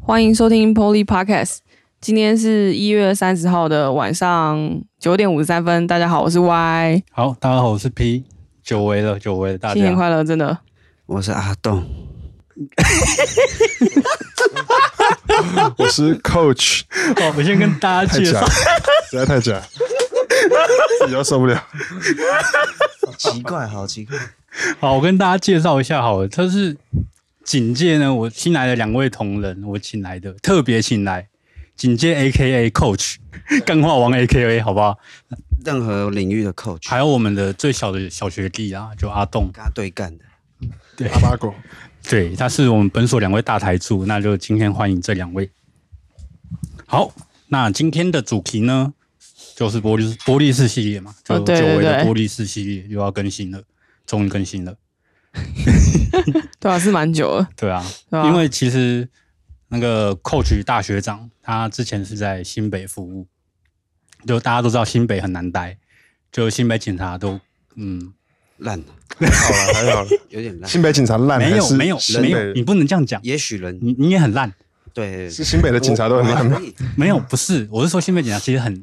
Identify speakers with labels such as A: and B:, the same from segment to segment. A: 欢迎收听 Polly Podcast。今天是一月三十号的晚上九点五十三分。大家好，我是 Y，
B: 好，大家好，我是 P，久违了，久违了，大
A: 新年
B: 家。
A: 快乐！真的，
C: 我是阿栋，
D: 我是 Coach，
B: 哦，我先跟大家
D: 太
B: 介
D: 假
B: 绍
D: 了，，实在太假了，比较受不了。
C: 好奇怪，好奇怪，
B: 好，我跟大家介绍一下好了，这是警戒呢，我新来的两位同仁，我请来的，特别请来警戒 A K A Coach，干化王 A K A，好不好？
C: 任何领域的 coach，
B: 还有我们的最小的小学弟啊，就阿栋，
C: 跟他对干的，
D: 阿巴狗，
B: 对，他是我们本所两位大台柱，那就今天欢迎这两位。好，那今天的主题呢，就是玻璃玻璃式系列嘛，就
A: 哦对
B: 久违
A: 对
B: 的
A: 对
B: 玻璃式系列又要更新了，终于更新了，
A: 对啊，是蛮久 了，
B: 对啊，
A: 对吧？
B: 因为其实那个 coach 大学长他之前是在新北服务，就大家都知道新北很难待，就新北警察都嗯
C: 烂了，
D: 好了，还好了。
C: 有点烂。
D: 新北警察烂
B: 没
D: 还
B: 有
D: 是
B: 没有
D: 新
B: 没
D: 北
B: 有，你不能这样讲，
C: 也许人
B: 你你也很烂。
C: 对
D: 是新北的警察都很烂吗？
B: 没有，不是，我是说新北警察其实很，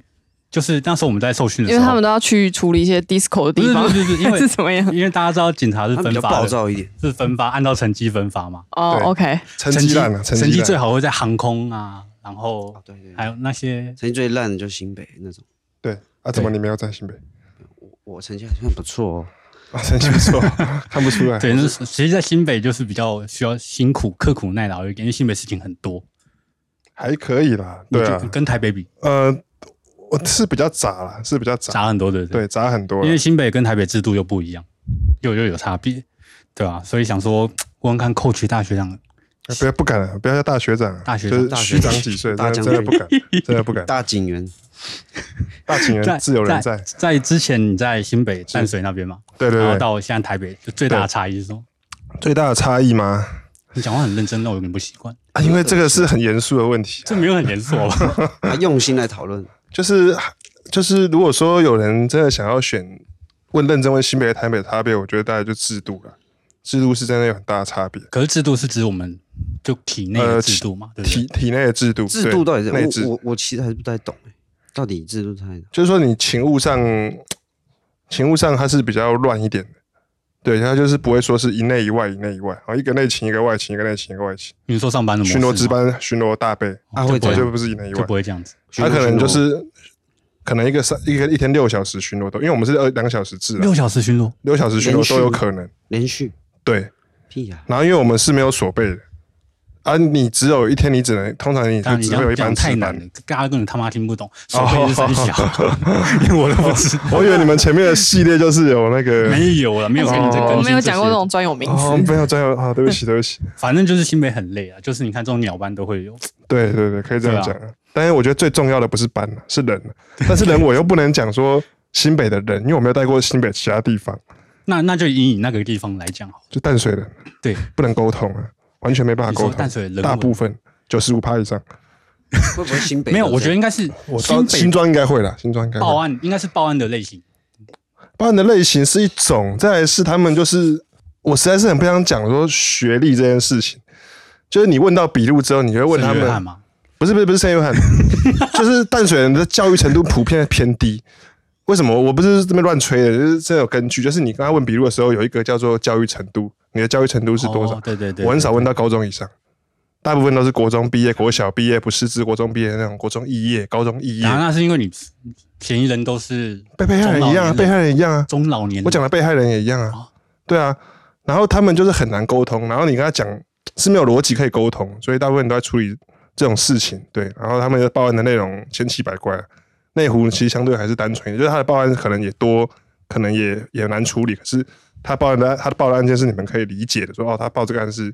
B: 就是那时候我们在受训的
A: 因为
B: 时候，
A: 他们都要去处理一些 disco 的
B: 不
A: 地
B: 是
A: 方
B: 不，是不是，因
A: 还
B: 为
A: 是怎么样？
B: 因为大家知道警察是
C: 他比
B: 分
C: 较
B: 发
C: 暴
B: 的，
C: 躁一点，
B: 是分发按照成绩分发嘛，
A: 哦
D: 对
A: ，OK，
D: 成绩烂啊了，成
B: 成绩
D: 绩
B: 最
D: 烂。
B: 好会在航空啊，然后
C: 哦对对对
B: 还有那些
C: 成绩最烂的就是新北那种。
D: 对啊，怎么你没有在新北？
C: 我我成绩还算不错哦，
D: 啊，成绩 不错，看不出来。
B: 对，那是其实，在新北就是比较需要辛苦、刻苦耐劳一点，因为新北事情很多，
D: 还可以啦。对
B: 你
D: 啊
B: 就，跟台北比
D: 呃，我是比较杂啦，是比较杂，
B: 杂很多，对不对？
D: 对，啊杂很多啦。
B: 因为新北跟台北制度又不一样，又又有差别，对吧、所以想说，问问看 coach 大学长，
D: 啊不要不敢了，不要叫大学长了，
B: 大学长
D: 就是
C: 大学
D: 虚长几岁，
C: 大
D: 真
C: 将军
D: 的真的不敢，真的 不敢。
C: 大警员
D: 大情人自有人在，
B: 在之前你在新北淡水那边嘛，
D: 对对
B: 然后
D: 对。
B: 到现在台北，就最大的差异是什么？
D: 最大的差异吗？
B: 你讲话很认真，让我有点不习惯。
D: 啊，因为这个是很严肃的问题啊，
B: 这没有很严肃哦吧？
C: 他用心来讨论，
D: 就是就是，如果说有人真的想要选问认真问新北和台北的差别，我觉得大概就制度了，制度是真的有很大的差别。
B: 可是制度是指我们就体内的制度嘛，对不
D: 呃体
B: 对？
D: 体内的制度，
C: 制度到底
D: 对内
C: 是
D: 制
C: 我，我我其实还是不太懂哎，到底制度在哪？
D: 就是说你勤务上，勤务上它是比较乱一点的，对，它就是不会说是一内一外，一内一外，啊，一个内勤，一个外勤，一个内勤，一个外勤，
B: 你说上班的模式
D: 巡
B: 吗
D: 逻值班，巡逻大背，
C: 啊会
B: 就不
C: 这
D: 这
C: 样
B: 会
D: 就不是一内一
B: 就
D: 外
B: 不，会这样子，
D: 他可
C: 巡
D: 能
C: 逻
D: 就是。可能一个三一个一天六小时巡逻都，因为我们是二两个小时制啦，
B: 六小时巡逻，
D: 六小时巡
C: 连
D: 逻
C: 续
D: 都有可能。
C: 连续
D: 对，
C: 屁呀，
D: 然后因为我们是没有锁背的，啊，你只有一天，你只能通常你就
B: 但你
D: 只
B: 这
D: 会有
B: 样
D: 一班
B: 讲太
D: 值
B: 难
D: 班
B: 了。，大家根本他妈听不 懂，手背是三小， 因为我都不知道，
D: 我以为你们前面的系列就是有那 个
B: 没有了，没有跟你在更新。
A: 哦我没有讲过这，种专有名
D: 哦，
A: 词，
D: 没有专有啊，对 不起，对不起，
B: 反正就是新北很累啊，就是你看这种鸟班都会有，
D: 对对对，可以这样
B: 对
D: 讲
B: 啊。
D: 但是我觉得最重要的不是班啊，是人啊。但是人我又不能讲说新北的人，因为我没有带过新北其他地方，
B: 那那就以你那个地方来讲好了，
D: 就淡水人
B: 对，
D: 不能沟通啊，完全没办法
B: 你
D: 沟
B: 说
D: 通。
B: 淡水人文
D: 大部分九十五趴以上，
C: 会不会新北
B: 没有，
C: 都
B: 我觉
C: 这
B: 得
C: 样
B: 应该是
D: 我
B: 新
D: 新新
B: 北
D: 庄应该会啦，新庄应该会
B: 报案应该是报案的类型，
D: 报案的类型是一种，再来是他们就是，我实在是很不想讲说学历这件事情。就是你问到笔录之后，你就会问他
B: 圣约翰
D: 们，
B: 嘛，
D: 不是不是不是圣约 翰，就是淡水人的教育程度普遍偏低。为什么？我不是这边乱吹的，就是真的有根据。就是你刚刚问笔录的时候，有一个叫做教育程度，你的教育程度是多少？
B: 哦对对对，
D: 我很少问到高中以上，大部分都是国中毕业、国小毕业，不是自国中毕业那种，国中肄业、高中肄
B: 对。啊，
D: 业，
B: 那是因为你嫌疑人都是
D: 被被害人一样啊，
B: 中老年人
D: 被害人一样啊。
B: 中老年人，
D: 我讲的被害人也一样啊
B: 哦，
D: 对啊，然后他们就是很难沟通，然后你跟他讲是没有逻辑可以沟通，所以大部分都在处理这种事情，对，然后他们的报案的内容千奇百怪，啊内湖其实相对还是单纯一点，就是他的报案可能也多，可能也也难处理，可是他报案的他的报案案件是你们可以理解的，说哦，他报这个案是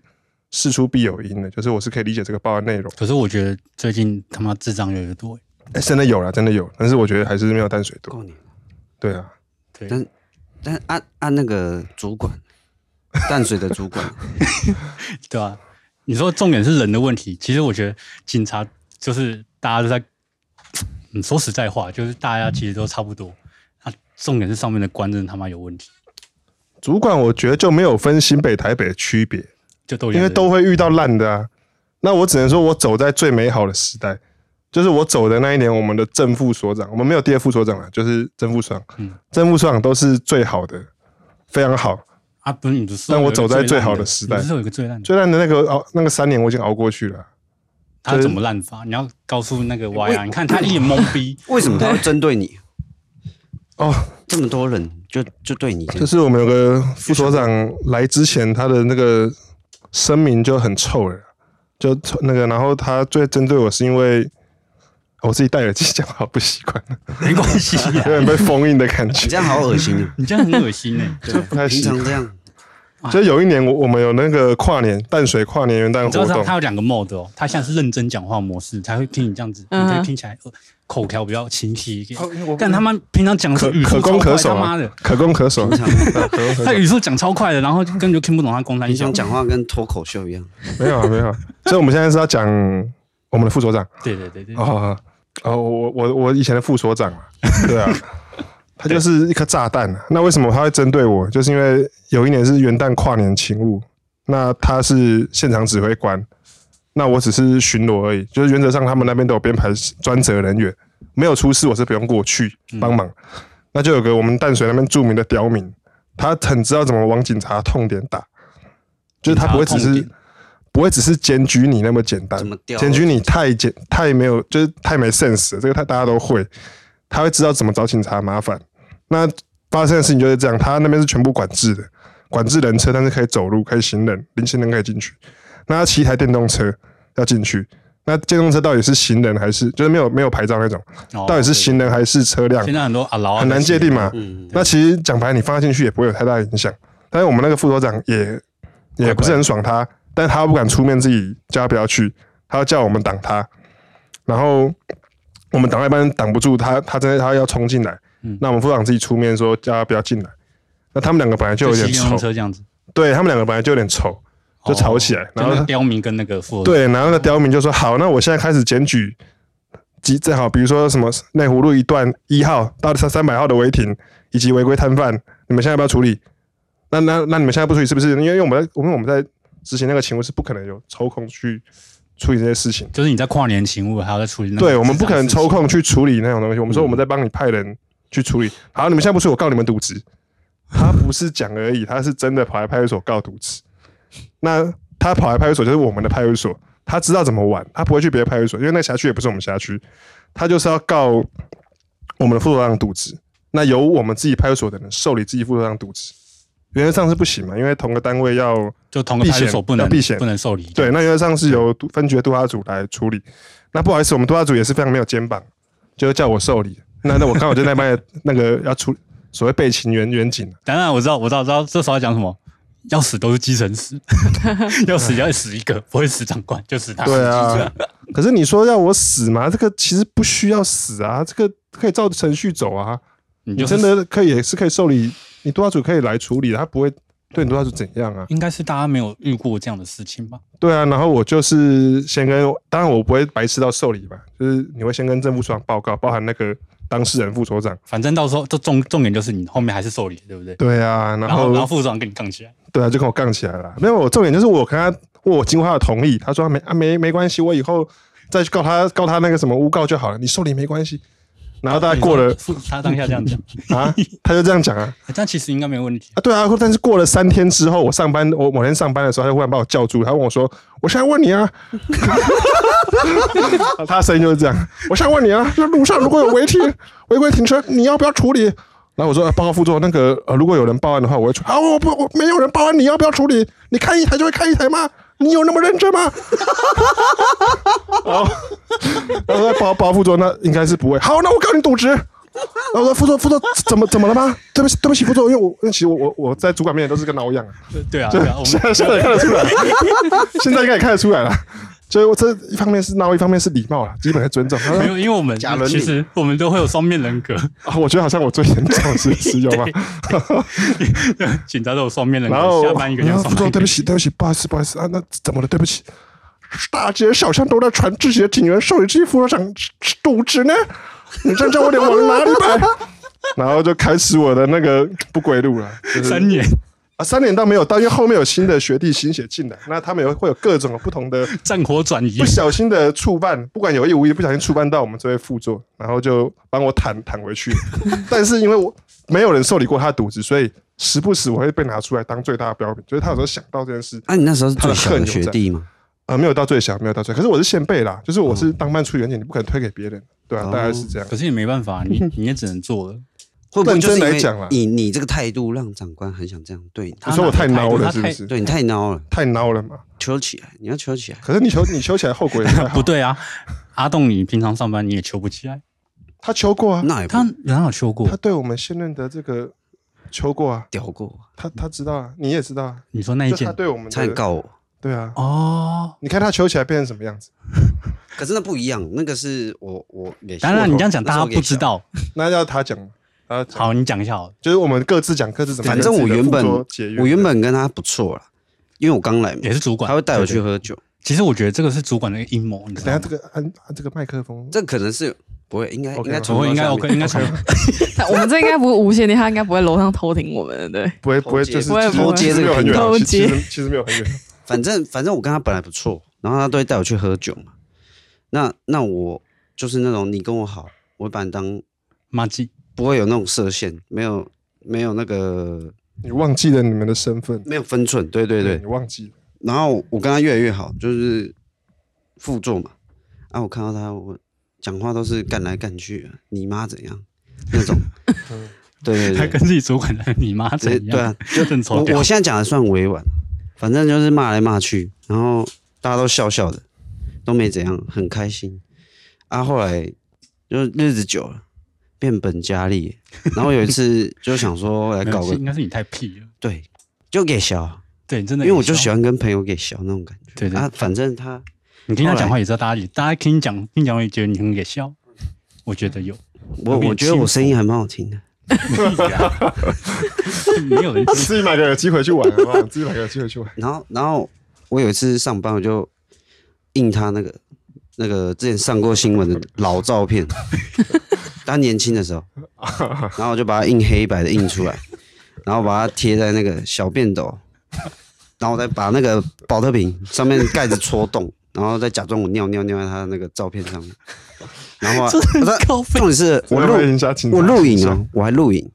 D: 事出必有因的，就是我是可以理解这个报案内容，
B: 可是我觉得最近他妈智障越来越多，
D: 哎，真的有啦，真的有，但是我觉得还是没有淡水多，
C: 够你了，
D: 对啊，
B: 对，
C: 但但按按那个主管，淡水的主管，，
B: 对啊，你说重点是人的问题，其实我觉得警察就是大家都在，嗯，说实在话，就是大家其实都差不多。啊，重点是上面的官真的他妈有问题，
D: 主管我觉得就没有分新北台北的区别。
B: 就都一
D: 因
B: 样
D: 为
B: 的
D: 都会遇到烂的啊。那我只能说，我走在最美好的时代，就是我走的那一年，我们的正副所长，我们没有第二副所长了，啊就是正副所长，
B: 嗯
D: 正副所长都是最好的，非常好。
B: 啊，不是你的，
D: 但我走在最好的时代
B: 你是有一个最烂的，
D: 最烂的那个熬那个三年，我已经熬过去了。啊
B: 他怎么烂法？你要告诉那
D: 哎
B: 个 Y 啊，你看他一脸懵逼
C: 为什么他会针对你？
D: 哦，
B: 嗯
C: 这么多人就就对你这样，
D: 就是我们有个副所长来之前，他的那个声明就很臭了，就臭那个，然后他最针对我是因为哦我自己戴耳机讲话不习惯，
B: 没关系啊，
D: 有点被封印的感
C: 你
D: 觉，
C: 这样好恶
D: 嗯
C: 心啊！
B: 你这样很恶心 哎。
C: 对，
D: 不太
C: 平
D: 习惯
C: 常这 样，
D: 就有一年我我们有那个跨年淡水跨年元旦
B: 你知道
D: 活
B: 他
D: 动，
B: 他有两个 mode 哦，他像是认真讲话模式，才会听你这样子，
A: 嗯
B: 你
A: 哼
B: 可以听起来呃口条比较清晰一点
D: 哦因为我。
B: 但他们平常讲是
D: 可
B: 语速
D: 可
B: 超
D: 攻
B: 快，
D: 可守
B: 他妈
D: 啊
B: 的，，
D: 可攻可守，
C: 平常
D: 可攻可
B: 他
D: 守。
B: 语速讲超快的，然后就根本就听不懂他公山
C: 平
B: 小
C: 常。讲话跟脱口秀一样。
D: 没有啊没有啊，所以我们现在是要讲我们的副所长
B: 对对对对，
D: 哦哦，哦我我我以前的副所长啊， 对啊，他就是一颗炸弹啊。那为什么他会针对我？就是因为有一年是元旦跨年勤务，那他是现场指挥官，那我只是巡逻而已，就是原则上他们那边都有编排专责人员，没有出事我是不用过去
B: 嗯
D: 帮忙。那就有个我们淡水那边著名的刁民，他很知道怎么往警察痛点打，就是他不会只
B: 警察痛
D: 是
B: 点
D: 不会只是检举你那么简单
C: 怎么，刁
D: 检举你太简太没有就是太没 sense，了这个他大家都会，他会知道怎么找警察麻烦。那发生的事情就是这样，他那边是全部管制的，管制人车，但是可以走路，可以行人，零行人可以进去。那他骑一台电动车要进去，那电动车到底是行人还是就是没有没有牌照那种，
B: 哦
D: 到底是
B: 对
D: 行人还是车辆
B: 现，在很多啊老啊
D: 很难界定嘛。
C: 哦嗯，
D: 那其实奖牌你放他进去也不会有太大影响，但是我们那个副所长也也不是很爽他，但他不敢出面自己叫他不要去，他要叫我们挡他，然后我们挡一班挡不住他，他真的他要冲进来，
C: 嗯
D: 那我们副所长自己出面说叫他不要进来，那他们两个本来就有
B: 就
D: 点
B: 骑电
D: 仇
B: 动，车这样子，哦
D: 对他们两个本来就有点仇，就吵起来，
B: 就
D: 然
B: 那
D: 后
B: 个
D: 他
B: 刁民跟那个富，，
D: 对，然后那刁民就说：“好，那我现在开始检举，即正好，比如说什么内湖路一段一号到三三百号的违停以及违规摊贩，你们现在要不要处理？那那那你们现在不处理是不是？因为因为我们在我们我们在执行那个勤务是不可能有抽空去处理这些事情，
B: 就是你在跨年勤务还要再处理那个
D: 对我们不可能
B: 智障
D: 抽
B: 事情
D: 空去处理那种东西。我们说我们在帮你派人去处理，好，你们现在不处理，我告你们 渎职。他不是讲而已，他是真的跑来派出所告渎职。那他跑来派出所就是我们的派出所，他知道怎么玩，他不会去别的派出所，因为那辖区也不是我们辖区，他就是要告我们的副所长渎职。那由我们自己派出所的人受理自己副所长渎职，原则上是不行嘛，因为同个单位要
B: 就同个派出所不能
D: 避嫌要避嫌
B: 不能受理，
D: 对，那原则上是由督分局的督察组来处理。那不好意思，我们督察组也是非常没有肩膀，就叫我受理。那那我刚好就在那班那个要处所谓备勤员员警，啊
B: 当然我知道，我知道，我知道这时候要讲什么，要死都是基层死，要死要死一个，不会死长官就死他。
D: 对啊。可是你说要我死吗？这个其实不需要死啊，这个可以照程序走啊。
B: 你
D: 你
B: 就是
D: 真的可以也是可以受理，你督察组可以来处理的，他不会对你督察组怎样啊。
B: 应该是大家没有遇过这样的事情吧？
D: 对啊，然后我就是先跟，当然我不会白痴到受理吧，就是你会先跟正副所长报告，包含那个当事人副所长。
B: 反正到时候这重重点就是你后面还是受理，对不对？
D: 对啊，然
B: 然后
D: 后
B: 然后副长跟你杠起来，
D: 对啊，就跟我杠起来了。没有，我重点就是我跟他，我经过他的同意，他说他没啊没没关系，我以后再去告他告他那个什么诬告就好了，你受理没关系。然后大概过了
B: 副他当下这样讲，
D: 啊，他就这样讲啊
B: 但其实应该没有问题。
D: 啊，对啊。但是过了三天之后，我上班，我某天上班的时候，他就忽然把我叫住，他问我说：“我现在问你啊。” 他声音就是这样，我现在问你啊，就路上如果有违停、违规停车，你要不要处理？然后我说，呃报告副座，那个呃，如果有人报案的话，我会处理。啊，我不，我没有人报案，你要不要处理？你开一台就会开一台吗？你有那么认真吗？ 好，然后报报告副座，那应该是不会。好，那我告你渎职。呃然后我说副座，副座怎么怎么了吗？对不起，对不起，副座，因为我因为其实我我我在主管面前都是个孬样啊。
B: 对对啊，对啊，我
D: 现
B: 们
D: 在现在也看得出来， 现在应该也看得出来了。所以我这一方面是孬，一方面是礼貌了，基本的尊重。
B: 没有，因为我们
C: 假伦理
B: 其实我们都会有双面人格，
D: 啊，我觉得好像我最严重 是是有吗？
B: 警察都有双面人
D: 然后
B: 格，下班一个就要
D: 然后
B: 双
D: 副
B: 面
D: 座，
B: 人格
D: 对不起，对不起，不好意思，不好意思啊，那怎么了？对不起，大街小巷都在传自己的警员受理这些副所长渎职呢，你这样叫我 脸往哪里摆？然后就开始我的那个不归路了，就是
B: 三年，
D: 啊，三年到没有到，因为后面有新的学弟新血进来，那他们有会有各种不同的
B: 战火转移
D: 不，小心的触犯，不管有意无意，不小心触犯到我们这位副座，然后就帮我弹弹回去。但是因为我没有人受理过他的赌资，所以时不时我会被拿出来当最大的标炳。就是他有时候想到这件事，
C: 啊那、你那时候是
D: 他
C: 最
D: 的
C: 小
D: 恨
C: 的
D: 有
C: 学
D: 在
C: 弟 嘛？
D: 呃，没有到最小，没有到最小，可是我是先辈啦，就是我是当班出远景，你不可能推给别人，对啊
C: 哦，
D: 大概是这样。
B: 可是也没办法，你你也只能做了。
C: 会不会就是因
D: 认真来讲
C: 为
D: 啦
C: 你你这个态度让长官很想这样对你？
B: 他
D: 你说我太
B: 哪个态度
D: 孬了
B: 他
D: 是不
B: 太
D: 是？
C: 对你太孬了，
D: 太孬了嘛？
C: 求起来，你要求起来。
D: 可是你求你求起来后果也不太好
B: 不， 对啊，阿栋，你平常上班你也求不起来，
D: 他求过啊，
C: 那也不
B: 他哪有求过
D: 他？对我们现任的这个求过啊，
C: 屌过，
D: 他他知道啊，你也知道啊，
B: 你说那一
D: 就
B: 件
D: 他对我们的
C: 差点告我。
D: 对啊，
B: 哦，
D: 你看他求起来变成什么样子？
C: 可是那不一样，那个是我我给。
B: 当然你这样讲
C: 那
B: 大
C: 时
B: 家
C: 候给
B: 不知
C: 小。
B: 道。
D: 那要他讲吗，啊，
B: 好，你讲一下好了。哦
D: 就是我们各自讲各自怎么
C: 反
D: 跟
C: 正
D: 自
C: 我
D: 己的
C: 原
D: 副
C: 本
D: 桌解约。
C: 我原本跟他不错啦，因为我刚来嘛
B: 也，是主
C: 他
B: 管。
C: 会带我去喝酒。
B: 其实我觉得这个是主管的一个阴谋，你知道
D: 等下
B: 吗
D: 这？个按按这个麦克风，
C: 这可能是不会，应该
D: OK
C: 应该
D: 吗
B: 不会，应该 OK，应该
C: 传
B: 传
C: 到下面。
A: 我们这应该不是无限的，他应该不会楼上偷听我们的， 对。
D: 不会不会
C: 偷接
D: 就是
A: 不会
D: 其实
A: 不会
D: 其实没有很远啊，
A: 偷
D: 其
A: 接
D: 其实其实没有很远。
C: 反正反正我跟他本来不错，然后他都会带我去喝酒嘛。那那我就是那种你跟我好，我会把你当
B: 马基，
C: 不会有那种射线，没有没有那个
D: 你忘记了你们的身份，
C: 没有分寸，对对对。
D: 你忘记了。
C: 然后我跟他越来越好，就是副座嘛。啊，我看到他，我讲话都是干来干去的，你妈怎样那种。
D: 嗯
C: 对
B: 他
C: 对对
B: 跟自己主管的你妈怎样？
C: 对啊，
B: 就很丑
C: 我
B: 屌
C: 我。现在讲的算委婉，反正就是骂来骂去，然后大家都笑笑的，都没怎样，很开心。啊，后来就日子久了，变本加厉。然后有一次就想说来
B: 没有
C: 搞
B: 其实
C: 个
B: 应该是你太屁了。
C: 对，就给小，
B: 对，真的，
C: 因为我就喜。欢跟朋友给小那种感觉。
B: 对对
C: 啊，反正他
B: 你听他讲话也知道，大家也大家听你讲，听你讲也觉得你很给笑。我觉 得有，
C: 我
B: 有点
C: 我觉得
B: 轻
C: 我
B: 浮
C: 声音还蛮好听的，
B: 啊 没有人
D: 你自己买个耳机回去玩好不好？你自己买个耳机回去玩。
C: 然后然后我有一次上班，我就印他那个那个之前上过新闻的老照片， 他年轻的时候，然后我就把它印黑白的印出来，然后把它贴在那个小便斗，然后再把那个保特瓶上面盖子戳洞，然后再假装我尿尿尿在他的那个照片上面，然 后啊
B: 真的
C: 我
B: 很
C: 在
B: 高分
C: 重。点是我
D: 这
C: 录
D: 会不会影响警察
C: 我录影
D: 形象
C: 哦，我还录影，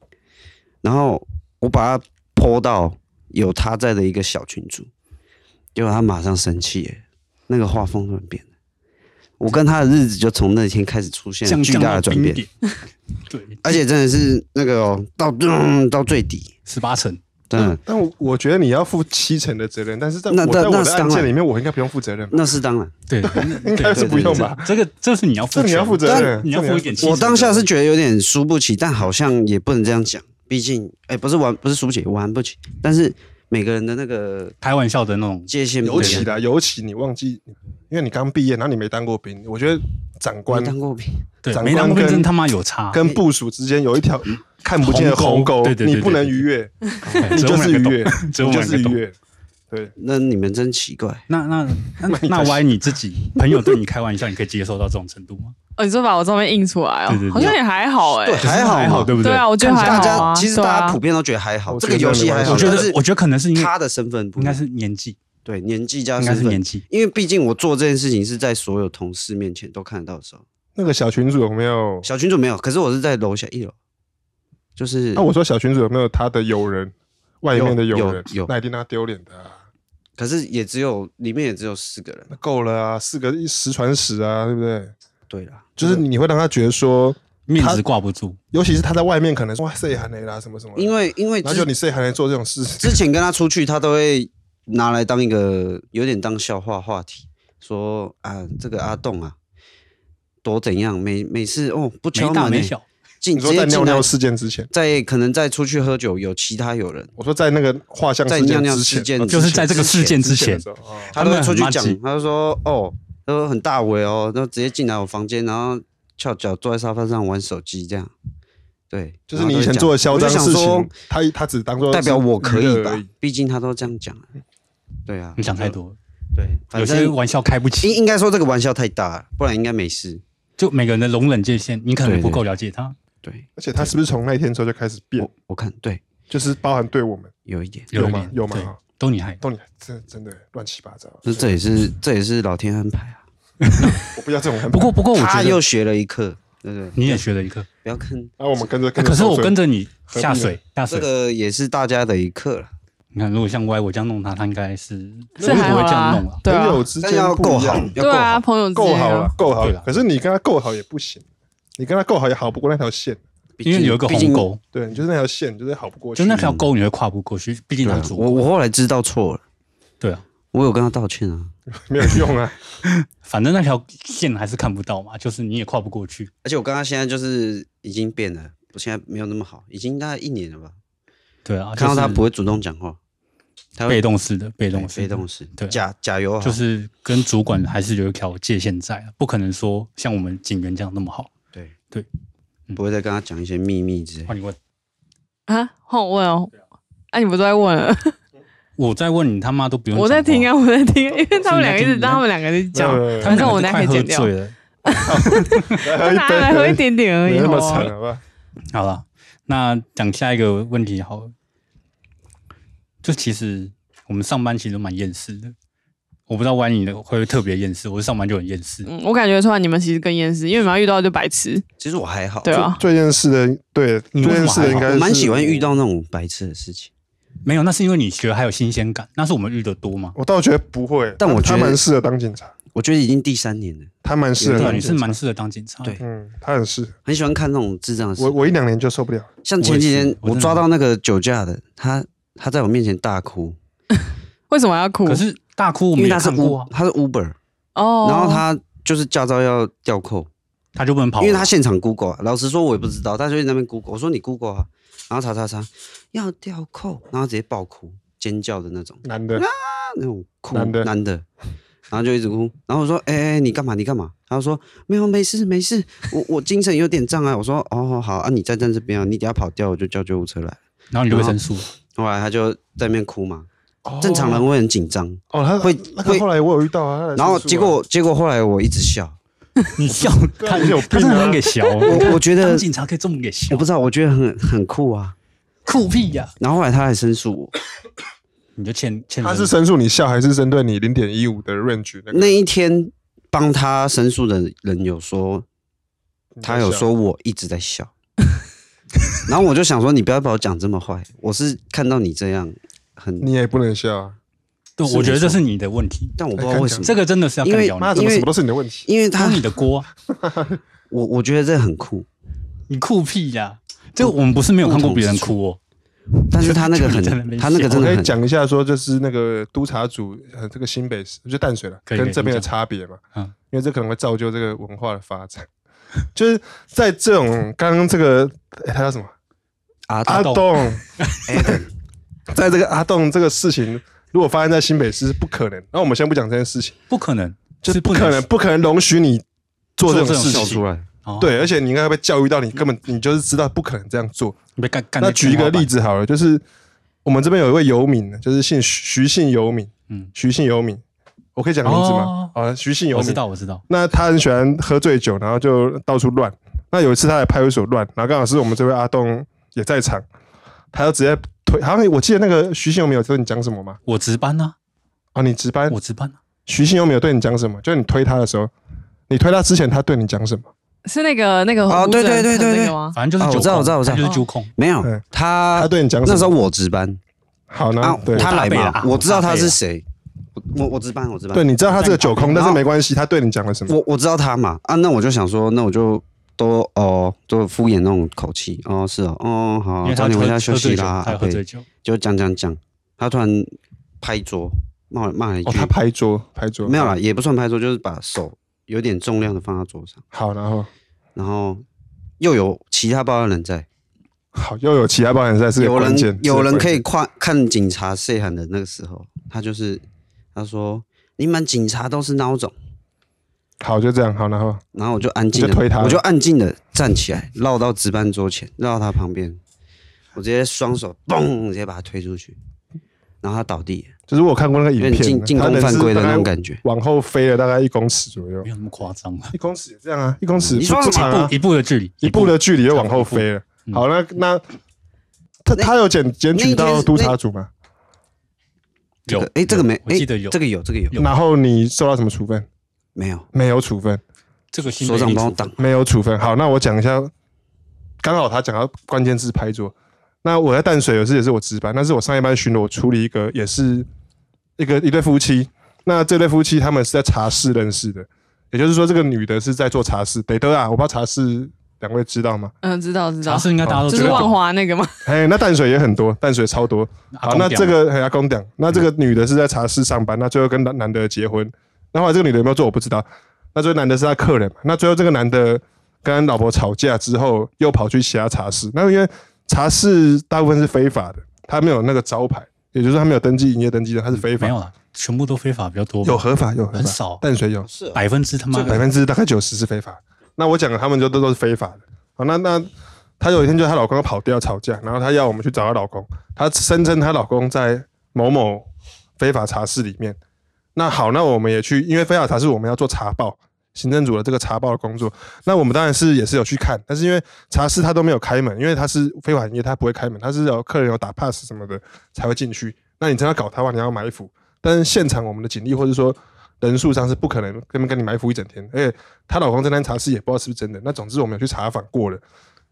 C: 然后我把它泼到有他在的一个小群组，结果他马上生气耶，那个画风突然变了。我跟他的日子就从那天开始出现
B: 降
C: 巨大的转变，。
B: 降到冰点对，
C: 而且真的是那个、哦、到、到最底，
B: 十八层，
C: 真的、
D: 但我我觉得你要负七成的责任，但是在
C: 那
D: 我在
C: 那
D: 我
C: 那是
D: 的
C: 当然
D: 案件里面，我应该不用负责任吧？
C: 那是当然。
B: 对，
D: 应该是不用吧？
B: 这个这是你要负
D: 这
B: 责，
D: 你要负责任，
B: 你要
D: 这
B: 负一点气。
C: 我当下是觉得有点输不起，但好像也不能这样讲，毕竟哎、不是玩不是输不起，玩不起，但是每个人的那个
B: 开玩笑的那种，
C: 界限不
D: 尤
C: 一
D: 其
C: 样。
D: 啦，尤其你忘记，因为你刚毕业，然后你没当过兵，我觉得长官
C: 没当过兵，
B: 对，
D: 长
B: 没
D: 官
B: 当过兵
D: 跟
B: 真他妈有差，
D: 跟部署之间有一条看不见的
B: 鸿
D: 鸿
B: 沟
D: 沟
B: 对对，对
D: 你不能
B: 对对
D: 逾越，
B: 对
D: 你
B: 只有我
D: 就
B: 们
D: 是
B: 两
D: 逾
B: 个懂
D: 越，
B: 只有我
D: 你
B: 们
D: 就
B: 两
D: 是
B: 个
D: 逾
B: 懂。
D: 越。对，
C: 那你们真奇怪。
B: 那那 那那歪你自己朋友对你开玩笑，你可以接受到这种程度 吗？
A: 哦，你说把我照片印出来
B: 对对
A: 哦，
B: 对
A: 好像也还好哎
C: 对。还好嘛
B: 还好，对不
A: 对啊，我觉得还
C: 大
A: 好啊。
C: 家其实大
A: 对
C: 家
A: 啊
C: 普遍都觉得还好，
D: 我
C: 这
D: 觉
C: 个
D: 得
C: 游戏还好，
B: 我觉
C: 但
B: 得
C: 是
B: 我觉得可能是因为
C: 他的身份不
B: 应
C: 一
B: 该
C: 样
B: 是年纪，
C: 对年纪加
B: 应该
C: 身
B: 是年
C: 份，
B: 纪。
C: 因为毕竟我做这件事情是在所有同事面前都看得到的时候，
D: 那个小群主有没有？
C: 小群主没有，可是我是在楼下一楼，就是
D: 那
B: 啊
D: 我说小群主有没有他的友人？外面的友人
C: 有有
D: 那一定他丢脸的啊。
C: 可是也只有里面也只有四个人，
D: 那够了啊，四个一十传十啊，对不对？
C: 对啦，
D: 就是你会让他觉得说，
B: 面子挂不住，
D: 尤其是他在外面可能说哇谁喊雷啦什么什么的，
C: 因为因为
D: 然后就
C: 之
D: 你谁喊雷做这种事，
C: 之前跟他出去，他都会拿来当一个有点当笑话话题，说啊这个阿栋啊。多怎样？每每次哦，不
B: 没
C: 敲门、
B: 大没
C: 欸，
B: 小，
C: 进
D: 你
C: 直
D: 说
C: 接
D: 在
C: 进
D: 尿
C: 来
D: 尿事件之前，
C: 在可能在出去喝酒有其他友人
D: 我说在那个画像
C: 在
D: 事
C: 尿
D: 件
C: 尿
D: 之
C: 事
D: 前，
C: 件
D: 哦
C: 之前，
B: 就是在这个事件之前
D: 的，时候，哦
C: 他都会出去
B: 他
C: 讲
B: 们很，
C: 他就说哦，他说很大围哦，然后直接进来我房间，然后翘脚坐在沙发上玩手机这样。对，
D: 就是你以前做的嚣张
C: 然后
D: 事
C: 都会讲我
D: 情
C: 就想，
D: 他他只当做
C: 说代表我可以
D: 而
C: 吧
D: 已？
C: 毕竟他都这样讲了。对啊，
B: 你想太。多了，
C: 对，
B: 有
C: 反
B: 些
C: 正
B: 玩笑开不起
C: 应。应该说这个玩笑太大了，不然应该没事。
B: 就每个人的容忍界限，你可能不够了解他。
C: 对
D: 而且他是不是从那一天之后就开始变
C: 我？我看对
D: 就是包含对我们
C: 有一点，
D: 有
B: 一
D: 吗
B: 点
D: 有吗
B: 对
D: 好
B: 都你害的，
D: 都你这真的乱七八糟，
C: 那这也是这也是老天安排啊。
D: 我不要这种很。
B: 不过不过我觉
C: 他又
B: 得
C: 学了一课，对不对？
B: 你也学了一课，
C: 不要看
D: 啊，我们跟着
B: 啊
D: 跟着
B: 可是
D: 受
B: 我
D: 罪
B: 跟着你
D: 何必
B: 下
D: 呢
B: 水下水。
C: 这个也啊是大家的一课了，
B: 你看，如果像歪我这样弄他，他应该是
A: 是
B: 我也
A: 还
B: 不
A: 好
B: 会这样
A: 啦
B: 弄啊，。
A: 对
D: 朋
A: 啊，
D: 友之
C: 但
D: 间
C: 要
D: 不
C: 够
D: 一
C: 好
D: 样，
A: 对
C: 要够
A: 啊，
C: 好。
A: 朋友之
D: 够
A: 间
D: 好了
A: 啊，，
D: 够好
B: 对
D: 了
B: 啦。
D: 可是你跟他够好也不行，你跟他够好也好不过那条线。
C: 毕
B: 因为
C: 竟
B: 有一个
C: 毕
B: 鸿
C: 竟
B: 沟，
D: 对，你就是那条线，你就是好不过去。
B: 就那条沟你会跨不过去，毕竟
C: 对
B: 他
C: 啊
B: 主
C: 我我后来知道错了，
B: 对啊，
C: 我有跟他道歉啊，
D: 没有用啊，
B: 反正那条线还是看不到嘛，就是你也跨不过去。
C: 而且我跟他现在就是已经变了，我现在没有那么好，已经大概一年了吧。
B: 对啊，
C: 看到他不
B: 会
C: 会主动讲话，他会
B: 被动式的，被动式的，
C: 被动式，
B: 对啊
C: 假假友好，
B: 就是跟主管还是有一条界限在啊，不可能说像我们警员这样那么好。
C: 对哦
B: 对，嗯
C: 不会再跟他讲一些秘密之类。
B: 换你问，
A: 啊，换我问哦。哎、你不都在问了？
B: 我在问你，他妈都不用。
A: 我在听，啊，我在听，因为他们两个
B: 是你在
A: 一直
B: 听，
A: 他们两个在讲，
B: 他
A: 反正
B: 们两
A: 我
B: 个
A: 那可
B: 都快
A: 以
B: 喝
A: 剪掉啊
B: 醉了。
D: 来
B: 哎
A: 他拿来喝一，点点而
D: 没
A: 已，哦
D: 那
A: 好啊
D: 么
A: 不
D: 惨，
A: 好？
D: 好吧？
B: 好了，那讲下一个问题好了，就其实我们上班其实都蛮厌世的，我不知道歪你的会不会特别厌世，我上班就很厌世。
A: 嗯，我感觉出来你们其实更厌世，因为你们要遇到就白痴，
C: 其实我还好，
A: 对啊，
D: 最厌世的，对，最
B: 你为什
D: 厌
B: 么
D: 世的应该
C: 我
D: 是
C: 蛮喜欢遇。到那种白痴的事情。
B: 没有，那是因为你觉得还有新鲜感，那是我们遇的多嘛？
D: 我倒觉得不会，
C: 但我觉
D: 他
C: 得
D: 蛮适合当警察，
C: 我觉得已经第三年了，
D: 他蛮适合
B: 对啊，
D: 当
B: 你
D: 警察。
B: 是蛮适合当警察。
C: 对
D: 嗯，他很适合。
C: 很喜欢看那种智障的
D: 我
C: 事。
D: 我一两年就受不了，
C: 像前几
B: 我也
C: 天
B: 是我真
C: 我
B: 的
C: 抓到那个酒驾的，他他在我面前大哭，
A: 为什么要哭？
B: 可是大哭我们
C: 因为
B: 也
C: 他是
B: 看过
C: U
B: 啊，
C: 他是 Uber，
A: 哦，
C: 然后他就是驾照要吊扣，
B: 他就不能跑
C: 因
B: 了，
C: 为他现场 Google，啊老实说我也不知道，他就在那边 Google，我说你 Google 啊，然后查查查要吊扣，然后直接爆哭尖叫的那种。
D: 男的，
C: 那种哭
D: 男的
C: 然后就一直哭，然后我说：“哎、哎你干嘛？你干嘛？”他说：“没有，没事，没事，我 我精神有点障碍。”我说：“哦，好啊，你站在这边啊，你等下跑掉我就叫救护车来。
B: 然后你就会申诉。”
C: 后来他就在那边哭嘛，
B: 啊
C: 正常人会很紧张，
D: 哦，他
C: 会
D: 那个
C: 会
D: 后来我有遇到啊，他来
C: 然后
D: 申诉啊
C: 结果结果后来我一直笑，
B: 你笑，
D: 对啊
B: 他
D: 你有病啊
B: 他真的很给笑。
C: 我我 觉
B: 当
C: 得
B: 警察可以这么给笑
C: 啊我不，知道，我觉得很很酷啊。
B: 酷屁呀！
C: 然后后来他还申诉我，
B: 你就欠欠
D: 他
B: 身
D: 是申诉你笑，还是针对你零点一五的 range 那个
C: 那一天帮他申诉的人有说，
D: 你在
C: 他有
D: 笑
C: 说我一直在笑。然后我就想说，你不要把我讲这么坏，我是看到你这样很
D: 你也不能笑啊，
B: 对，
C: 是
B: 我觉得
C: 没
B: 这
C: 错
B: 是你的问题，
C: 但我不知道为什么，
B: 这个真的是要
C: 嗯因
B: 干
C: 为
B: 掉
D: 妈
B: 你，
D: 怎
C: 因
D: 么
C: 为
D: 什么都是你的问题。
C: 因为他
B: 都你的锅啊，
C: 我我觉得这很酷，
B: 你酷屁呀！这个我们不是没有看过别人哭哦，
C: 但是他那个
B: 就
C: 很
B: 你在那边
C: 他那个
B: 笑
C: 真
D: 我
C: 的
D: 可以
C: 很，
D: 讲一下，说就是那个督察组，呃，这个新北市就淡水了，
B: 可以可以
D: 跟这边的
B: 你讲
D: 差别嘛，
B: 嗯
D: 因为这可能会造就这个文化的发展。就是在这种刚刚这个，哎，他叫什么？
C: 阿
D: 阿
C: 斗
D: 栋，在这个阿栋这个事情，如果发生在新北市是不可能。那我们先不讲这件事情，
B: 不可能，
D: 就是不可能，不可能容许你做这种
B: 做这种
D: 事
B: 笑
D: 情。
B: 出
C: 来，
B: 哦
D: 对，而且你应该被教育到，你根本你就是知道不可能这样做。
B: 你被干干。
D: 那举一个例
B: 子，
D: 子好了，就是我们这边有一位游民呢，就是姓徐徐姓游民，
B: 嗯
D: 徐姓游民，我可以讲名字吗
B: 哦？
D: 啊，徐姓游
B: 我
D: 民
B: 知，道，我知道，
D: 那他很喜欢喝醉酒，然后就到处乱。那有一次他来派出所乱，然后刚好是我们这位阿东也在场，他就直接推，好像我记得那个徐姓游民有对你讲什么吗？
B: 我值班呢，
D: 啊，你值班，
B: 我值班啊，
D: 徐姓游民有对你讲什么？就是你推他的时候，你推他之前他对你讲什么？
A: 是那个那个
C: 哦
A: 吴
C: 对
A: 镇
C: 对对
A: 成
C: 对
A: 那个
C: 对
A: 吗？
B: 反正就是
C: 哦
B: 酒
C: 我知道
B: 控
C: 我知道我知
B: 他
C: 道
B: 就是
A: 哦
B: 酒控，
C: 没有
D: 嗯他
C: 他
D: 对你讲什么？
C: 啊那时候我值班
D: 好，然
C: 啊
D: 后对，
C: 他来
B: 我大
C: 嘛
B: 贝，啦
C: 我知道他
B: 我大贝
C: 是
B: 啦
C: 谁，我我我值班我值班
D: 对，，你知道他是个酒控，但是没关系，他对你讲了什么？
C: 我我知道他嘛啊，那我就想说，那我就都哦，都敷衍那种口气哦，是哦，
B: 因
C: 哦好
B: 为，
C: 早
B: 他
C: 点
B: 喝
C: 回家
B: 喝
C: 休息
B: 醉酒，
C: 啦，
B: 他
C: 啊
B: 喝醉
C: 对，
B: 酒，
C: 就讲讲讲，他突然拍桌骂我骂了一
D: 哦，
C: 句
D: 他，拍桌，拍桌，
C: 没有啦，也不算拍桌，就是把手有点重量的放在桌上。
D: 好，然后
C: 然后又有其他报案人在，
D: 好，又有其他保险赛是个
C: 有
D: 关键
C: 人，有
D: 是个
C: 人可
D: 关
C: 以
D: 键
C: 跨看警察涉喊的那个时候，他就是他说你们警察都是孬种，
D: 好，就这样，好，然后
C: 然后我就安静
D: 你就推他
C: 的，我就安静的站起来，绕到值班桌前，绕到他旁边，我直接双手嘣，直接把他推出去，然后他倒地了，
D: 就是我有看过那个影
C: 有点
D: 片，
C: 进进
D: 他
C: 攻
D: 人
C: 犯
D: 是
C: 规的
D: 大
C: 那种
D: 概
C: 感觉。
D: 往后飞了大概一公尺左右
B: 没，有那么夸张啊，
D: 一公尺也这样啊，一公尺
C: 你说
D: 不
C: 什么
D: 长啊，
B: 一步的距离，
D: 一步的距离又往后飞了。
B: 嗯
D: 好，那那他
C: 那
D: 他有检检举
C: 那
D: 到督察组吗？
B: 有
C: 哎、诶这个没，
B: 我记得有
C: 诶这个有，这个有，
D: 然后你受到什么处分？
C: 没有？
D: 没有处分，
B: 这个新的
C: 所长
B: 一定
C: 帮我
B: 出
C: 挡，
D: 没有处分。好，那我讲一下，刚好他讲到关键字拍桌。那我在淡水有次也是我值班，那是我上一班巡逻处理一个也是一个一对夫妻。那这对夫妻他们是在茶室认识的，也就是说这个女的是在做茶室。北德啊，我不知道茶室两位知道吗？
A: 嗯，知道知道
B: 茶，室应该大家都
A: 就
B: 知
A: 是
B: 道啊
A: 万华那个吗？
D: 嘿，那淡水也很多，淡水超多。
B: 阿
D: 好，
B: 公嗯
D: 那
B: 店
D: 这
B: 嘛
D: 个嘿阿啊公讲，那这个女的是在茶室上班，那最后跟男男的结婚，那后来这个女的有没有做我不知道。那最后男的是他客人嘛，那最后这个男的跟老婆吵架之后，又跑去其他茶室。那因为茶室大部分是非法的，他没有那个招牌，也就是他没有登记营业登记的，他是非法
B: 没。有啦，全部都非法比较多吧，
D: 有合法有合
B: 很
D: 法，
B: 少
D: 淡水有，
C: 是、
B: 百分之他妈
D: 百分之大概九十是非法。那我讲的他们就都都是非法的。好，那那她有一天就她老公跑掉吵架，然后她要我们去找她老公，她声称她老公在某某非法茶室里面。那好，那我们也去，因为非法茶室我们要做查报，行政组的这个查报的工作。那我们当然是也是有去看，但是因为茶室它都没有开门，因为它是非法营业，它不会开门，它是有客人有打 pass 什么的才会进去。那你真的要搞他的话，你要埋伏。但是现场我们的警力或者说人数上是不可能根本跟你埋伏一整天，而且她老公这单茶室也不知道是不是真的。那总之我们有去查访过了，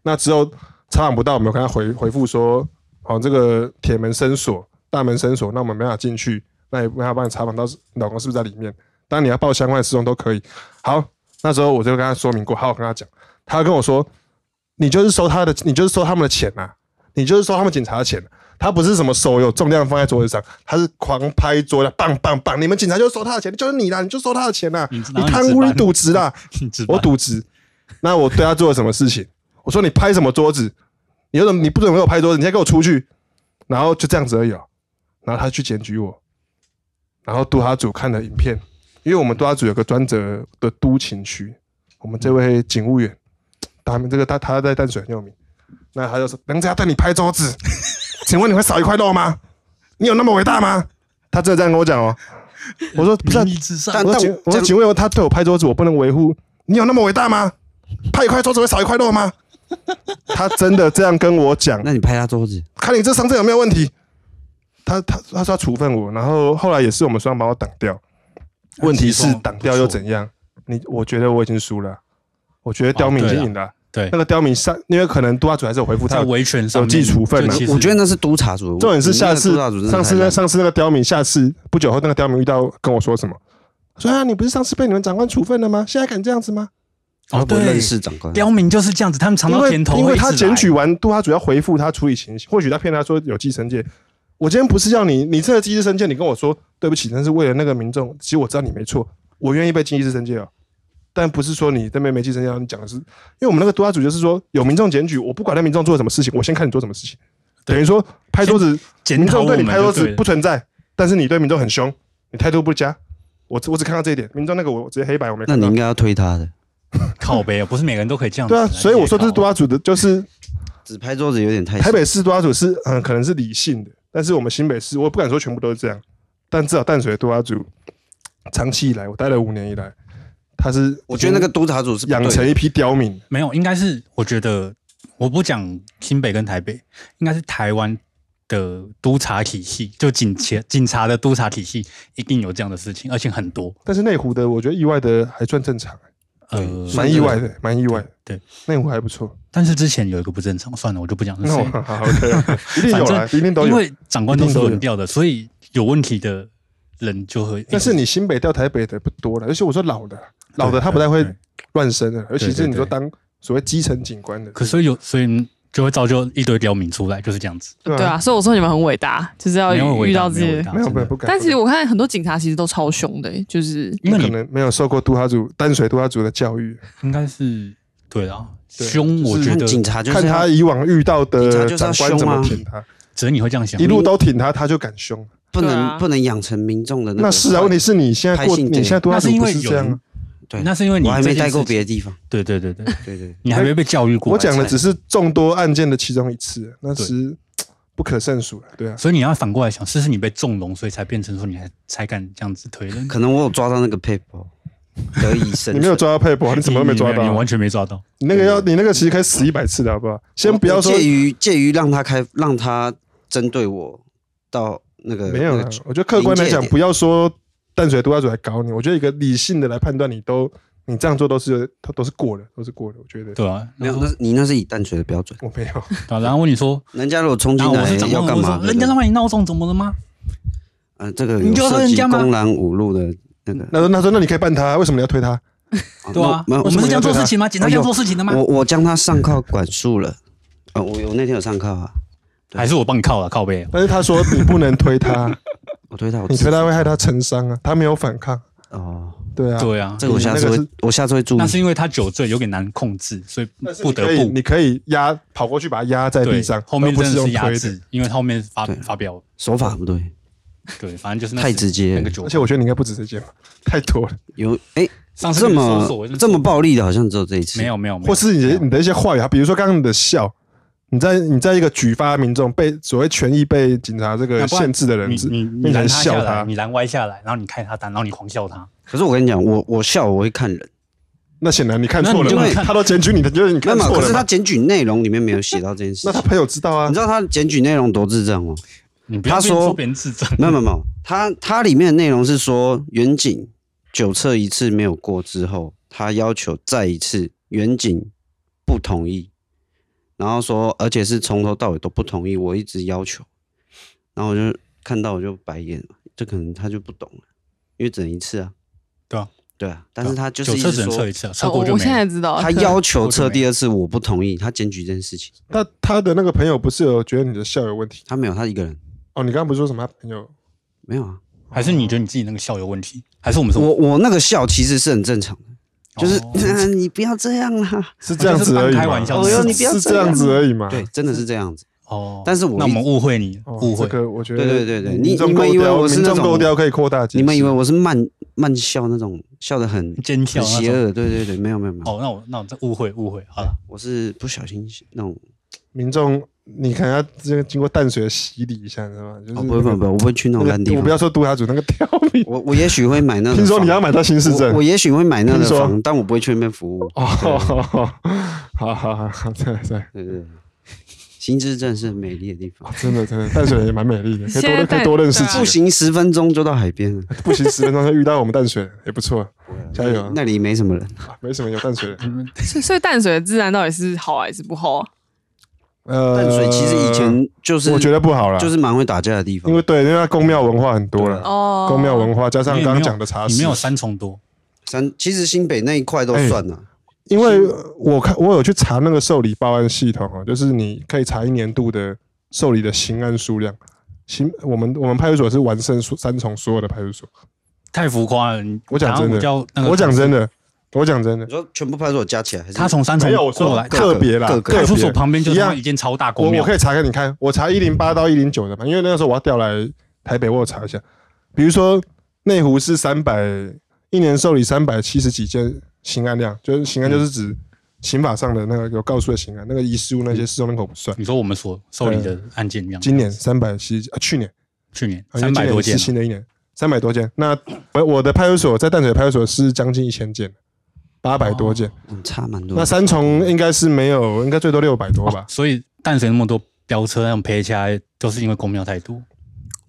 D: 那之后查访不到，我们有跟他回回复说，好、这个铁门深锁，大门深锁，那我们没办法进去，那也没办法帮你查访到你老公是不是在里面。当然你要报相关的失踪都可以。好，那时候我就跟他说明过，还有跟他讲，他跟我说，你就是收他的，你就是收他们的钱啊，你就是收他们警察的钱、他不是什么手有重量放在桌子上，他是狂拍桌的，棒棒棒！你们警察就是收他的钱，就是你啦，你就收他的钱啦，
B: 你
D: 你
B: 哪有
D: 贪
B: 值
D: 污，
B: 班
D: 你渎 职啦，
B: 之
D: 我渎职。那我对他做了什么事情？我说你拍什么桌子？你有什么？你不准给我拍桌子！你现在给我出去！然后就这样子而已、哦。然后他去检举我，然后督察组看了影片，因为我们督察组有个专责的督勤区，我们这位警务员，他们这个他他在淡水很有名，那他就说人家带你拍桌子，请问你会少一块肉吗？你有那么伟大吗？他真的这样跟我讲哦。我说不是啊、
B: 民意至上
C: 但
D: 我说
C: 我
D: 请我
C: 这
D: 说
C: 样
D: 请问他对我拍桌子，我不能维护？你有那么伟大吗？拍一块桌子会少一块肉吗？ 他真的这样跟我讲，
C: 那你拍他桌子，
D: 看你这上阵有没有问题。他他他说他处分我，然后后来也是我们双方把我挡掉。问题是挡掉又怎样？你我觉得我已经输了，我觉得刁民已经赢了。
B: 对
D: 那个刁民上，因为可能督察组还是有回复他
B: 在
D: 的
B: 维权上面
D: 有记处分
B: 就
D: 啊
B: 其实哦
C: 我觉得那是督察组的问题，
D: 重点是下次
C: 那个督察组真的
D: 上次
C: 太
D: 那
C: 烂
D: 上次那个刁民，下次不久后那个刁民遇到跟我说什么？说啊，你不是上次被你们长官处分了吗？现在敢这样子吗？
C: 他
B: 哦，
C: 不会
B: 对，
C: 认识长官，啊
B: 刁民就是这样子，他们尝
D: 因
B: 到
D: 为
B: 甜头
D: 因
B: 会
D: 为
B: 一直来，
D: 他检举完督察组要回复他处理情形，或许他骗他说有寄生界。我今天不是要你，你这个寄生界，你跟我说对不起，但是为了那个民众，其实我知道你没错，我愿意被寄生界哦。但不是说你这边没寄生界，啊你讲的是，因为我们那个督察组就是说有民众检举，我不管那民众做什么事情，我先看你做什么事情，
B: 对
D: 等于说拍桌子，
B: 检
D: 民
B: 讨
D: 众
B: 我们
D: 对你拍桌
B: 就
D: 子
B: 对了
D: 不存在，但是你对民众很凶，你态度不佳。我只我只看到这一点，民众那个我直接黑白我没
C: 那
D: 看
C: 你
D: 到
C: 应。该要推他的，
B: 靠背，不是每个人都可以这样子
D: 对
B: 来
D: 啊，
B: 靠。
D: 所以我说这是督察组的，就是
C: 只拍桌子有点太
D: 台北市督察组是嗯，可能是理性的，但是我们新北市，我不敢说全部都是这样，但至少淡水的督察组长期以来，我待了五年以来，他是
C: 我觉得那个督察组是不对的
D: 养成一批刁民，
B: 没有，应该是我觉得我不讲新北跟台北，应该是台湾的督察体系，就警察警察的督察体系一定有这样的事情，而且很多。
D: 但是内湖的我觉得意外的还算正常，
B: 呃，
C: 对
D: 蛮意外的，蛮意外的，
B: 对，
D: 内湖还不错。
B: 但是之前有一个不正常，算了，我就不讲是
D: 那我
B: 谁。
D: 好好 OK，一定有啦，一定都
B: 因
D: 有。
B: 为长官都是轮调的，所以有问题的人就会。
D: 但是你新北调台北的不多了，而且我说老的，老的他不太会
B: 对
D: 乱升的，尤其是你说
B: 对对
D: 当所谓基层警官的，
B: 可是有，所以就会造就一堆刁民出来，就是这样子。
D: 对
A: 对
D: 啊，
A: 啊，所以我说你们很伟大，就是要
B: 没有
A: 哦
B: 伟
A: 遇
B: 大
A: 到这
B: 没有伟
A: 些
B: 大。
D: 没有没有
B: 真的
D: 不敢。
A: 但
D: 不
A: 其
D: 敢
A: 实我看很多警察其实都超凶的、欸就是
B: 因为
D: 可
B: 你
D: 能没有受过督察组淡水督察组的教育，
B: 应该是对啦，
D: 对
B: 凶，我
D: 就是
B: 觉
C: 看
B: 得
C: 警察就是
D: 看他
C: 要
D: 以往遇到的
C: 警察就是
D: 长
C: 要
D: 官怎
C: 凶
D: 么
C: 啊
D: 挺他，
B: 只能你会这样想
D: 一。路都挺他，他就敢凶。
C: 不
A: 对
C: 能
A: 啊
C: 不能养成民众的个
D: 那是啊，问题是你现在过，
C: 开心
D: 你
C: 这
D: 现在督察
B: 那
D: 组
B: 是因
D: 不
B: 为
D: 是
B: 有
D: 这样
B: 人
D: 啊。
C: 对，
B: 那是因为你
C: 我还
B: 这
C: 没
B: 件
C: 待过
B: 事情
C: 别的地方，
B: 对对对对，
C: 对对，
B: 你还没被教育过。
D: 我讲的
C: 菜
D: 只是众多案件的其中一次，那是不可胜数了。对啊，
B: 所以你要反过来想，是不是你被纵容，所以才变成说你还才敢这样子推人？
C: 可能我有抓到那个 paper，得以生
D: 你没有
C: 存。
D: 抓到佩博，你怎么都没抓到
B: 你
D: 啊
B: 完？全没抓到。
D: 你那个要你那个其实可以死一百次的好不好？先不要说
C: 介于介于让他开让他针对我到那个
D: 没有啊
C: 那
D: 啦
C: 个，
D: 我觉得客观来
C: 临界
D: 讲，
C: 点
D: 不要说淡水都要水来搞你，我觉得一个理性的来判断你都你这样做都是都都是过的，都是过的。我觉得
B: 对啊，
C: 没有，那是你那是以淡水的标准。
D: 我没有，
B: 对啊然后问你说，
C: 人家如果冲进
B: 然后我
C: 来
B: 是长
C: 要
B: 官，
C: 干
B: 我
C: 嘛
B: 说？人家让你闹钟怎么了吗？
C: 嗯、这个
B: 你
C: 有
B: 就说
C: 涉
B: 人
C: 及
B: 家吗
C: 公然侮辱的那个。
D: 那说那说那你可以办他，为什么你要推他？
C: 啊
B: 对啊，
C: 那
B: 我们是这样做事情吗？警察这样做事情的吗
C: 那？我我将他上铐管束了。啊、我我那天有上铐啊，对
B: 还是我帮你靠了靠背啊？
D: 但是他说你不能 推他，
C: 我推他，我
D: 你
C: 自
D: 推他会害他成伤啊，他没有反抗，
C: 哦，
D: 对啊。
B: 对啊，
C: 这个我
D: 你
C: 下
D: 那个
C: 次
D: 是
C: 会，我下次会注意
B: 那。是因为他酒醉有点难控制，所以
D: 但是
B: 不
D: 你
B: 得
D: 可以，
B: 不
D: 你可以压跑过去把他压在
B: 对
D: 地上，
B: 后面
D: 而不
B: 真的
D: 用
B: 是压
D: 推的。
B: 制，因为后面发
C: 对
B: 发表
C: 手法不对，
B: 对，反正就是那
C: 太
B: 时
C: 直接了
B: 那个酒
D: 而且我觉得你应该不止这 件吧，太多了。
C: 有哎、
B: 上次
C: 这
B: 跟你搜索
C: 么
B: 我真的
C: 这么暴力的，好像只有这一次。
B: 没，有没有，没有
D: 或是你
B: 没
D: 的
B: 有
D: 你的一些话语，比如说刚刚你的笑，你在你在一个举发民众被所谓权益被警察
B: 那
D: 这个
B: 不然
D: 限制的人
B: 你
D: 之
B: 你你
D: 面
B: 拦他
D: 前
B: 下
D: 笑
B: 来，
D: 他，
B: 你拦歪下来，然后你开他单，然后你狂笑他，
C: 可是我跟你讲，我我笑我会看人，
D: 那显然你看错
B: 那
D: 了
B: 你就
D: 嘛
B: 会，看
D: 他都检举你的，就是你
C: 那
D: 看
C: 么
D: 错
C: 可
D: 了
C: 是他
D: 嘛。
C: 检举内容里面没有写到这件事
D: 那他
C: 情。
D: 朋友知道啊
C: 你知，道他检举内容多智障吗？
B: 你不要
C: 他
B: 边说
C: 说
B: 别人智障，
C: 没有没有没有，他他里面的内容是说，远景九测一次没有过之后，他要求再一次，远景不同意，然后说，而且是从头到尾都不同意，我一直要求，然后我就看到我就白眼了，这可能他就不懂了，因为只能一次啊，
B: 对啊，
C: 对啊，但是他就
B: 酒
C: 是一
B: 测
C: 直
B: 只能测
C: 说
B: 一。次啊，测
A: 哦
B: 过
A: 我
B: 就
A: 我
B: 没
A: 现在
B: 了。
A: 知道了，
C: 他要求测第二次，我不同意。他检举这件事情，
D: 那他的那个朋友不是有觉得你的笑有问题？
C: 他没有，他一个人
D: 哦，你刚刚不是说什么他朋友？
C: 没有啊。
B: 还是你觉得你自己那个笑有问题？还是我们说
C: 我我那个笑其实是很正常的，就是、
B: 哦
C: 你不要这样啦、
D: 是这样子而已嘛，
B: 开玩笑
C: 哦哟你不要
D: 是
C: 这
D: 这
C: 样
D: 样子而已嘛。
C: 对，真的是这样子。
B: 哦？
C: 但是我
B: 那我们误会你，
D: 哦，
B: 误会
D: 这个我觉得，
C: 对对对对你
D: 民众
C: 你们
D: 勾
C: 以为
D: 雕，
C: 我是
D: 民
C: 那
D: 众
C: 种
D: 勾雕可以扩大解释。
C: 你们以为我是慢慢笑那种，笑得很
B: 奸笑
C: 很
B: 那
C: 邪
B: 种。
C: 恶？对对对，没有没有没有，
B: 哦，那我那我这误会误会好了，
C: 我是不小心那种。
D: 民众，你可能要这个经过淡水的洗礼一下，知道吗？就是
C: 哦，不会不会不会，我不会去那
D: 那
C: 种
D: 个
C: 烂地
D: 我不
C: 方。
D: 要说督察组那个刁民，
C: 我我也许会买那种房。
D: 听说你要买到新市
C: 我
D: 镇
C: 我。也许会买那种
D: 听说
C: 房，但我不会去那边服务。
D: 哦，好 好好好，对对，
C: 对对对， 新市镇是很美丽的地方，
D: 真的真的，淡水也蛮美丽的，可
A: 现
D: 以
A: 在
D: 多可以多认识
A: 淡
D: 几
C: 步
D: 个。
C: 行十分钟就到海边了。
D: 不行，十分钟就遇到我们淡水也不错，哎加油啊！
C: 那里没什么人，
D: 没什么有淡水人。
A: 所以所以淡水的自然到底是好还是不好啊？
D: 呃，
C: 淡水其实以前就是
D: 我觉得不好啦，
C: 就是啊蛮会打架的地
D: 因
C: 方
D: 为。对，因为它宫庙文化很多了，
A: 哦，
D: 宫庙文化加上
B: 因为
D: 刚
B: 没
D: 刚
B: 有
D: 讲的茶
B: 你
D: 室
B: 没，有三重多，
C: 三其实新北那一块都
D: 哎
C: 算啊了。
D: 因为我看我有去查那个受理报案系统啊，就是你可以查一年度的受理的刑案数量。刑我们我们派出所是完胜所三重所有的派出所。
B: 太浮夸了。你
D: 我讲
B: 然后
D: 真的
B: 叫那个，
D: 我讲真的，我讲真的
C: 你，说全部派出所加起来还是？
B: 他从三重
D: 没有我
B: 过
D: 说
B: 来，
C: 各
D: 个别啦，
C: 各
D: 个
C: 个
D: 别
B: 派出所旁边就是
D: 一
B: 他妈
D: 样
B: 一间超大
D: 我
B: 公
D: 我
B: 庙
D: 可，以查给你看，我查一零八到一零九的嘛，因为那个时候我要调来台北，我有查一下。比如说内湖是三百一年受理三百七十几件刑案量，就是刑案就是指刑法上的那个有告诉的刑案，那个遗失物那些失踪人口不算。
B: 你说我们所受理的案件量，
D: 今年三百七啊，去年
B: 去年
D: 啊因为
B: 三
D: 今
B: 百
D: 年
B: 多
D: 是
B: 件，
D: 新的一年三百多件。那我我的派出所在淡水派出所是将近一千件，八百多
B: 哦
D: 件。
C: 嗯差蛮多的。
D: 那三重应该是没有，应该最多六百多吧。
B: 所以淡水那么多飙车，那种赔起来都是因为公庙太多。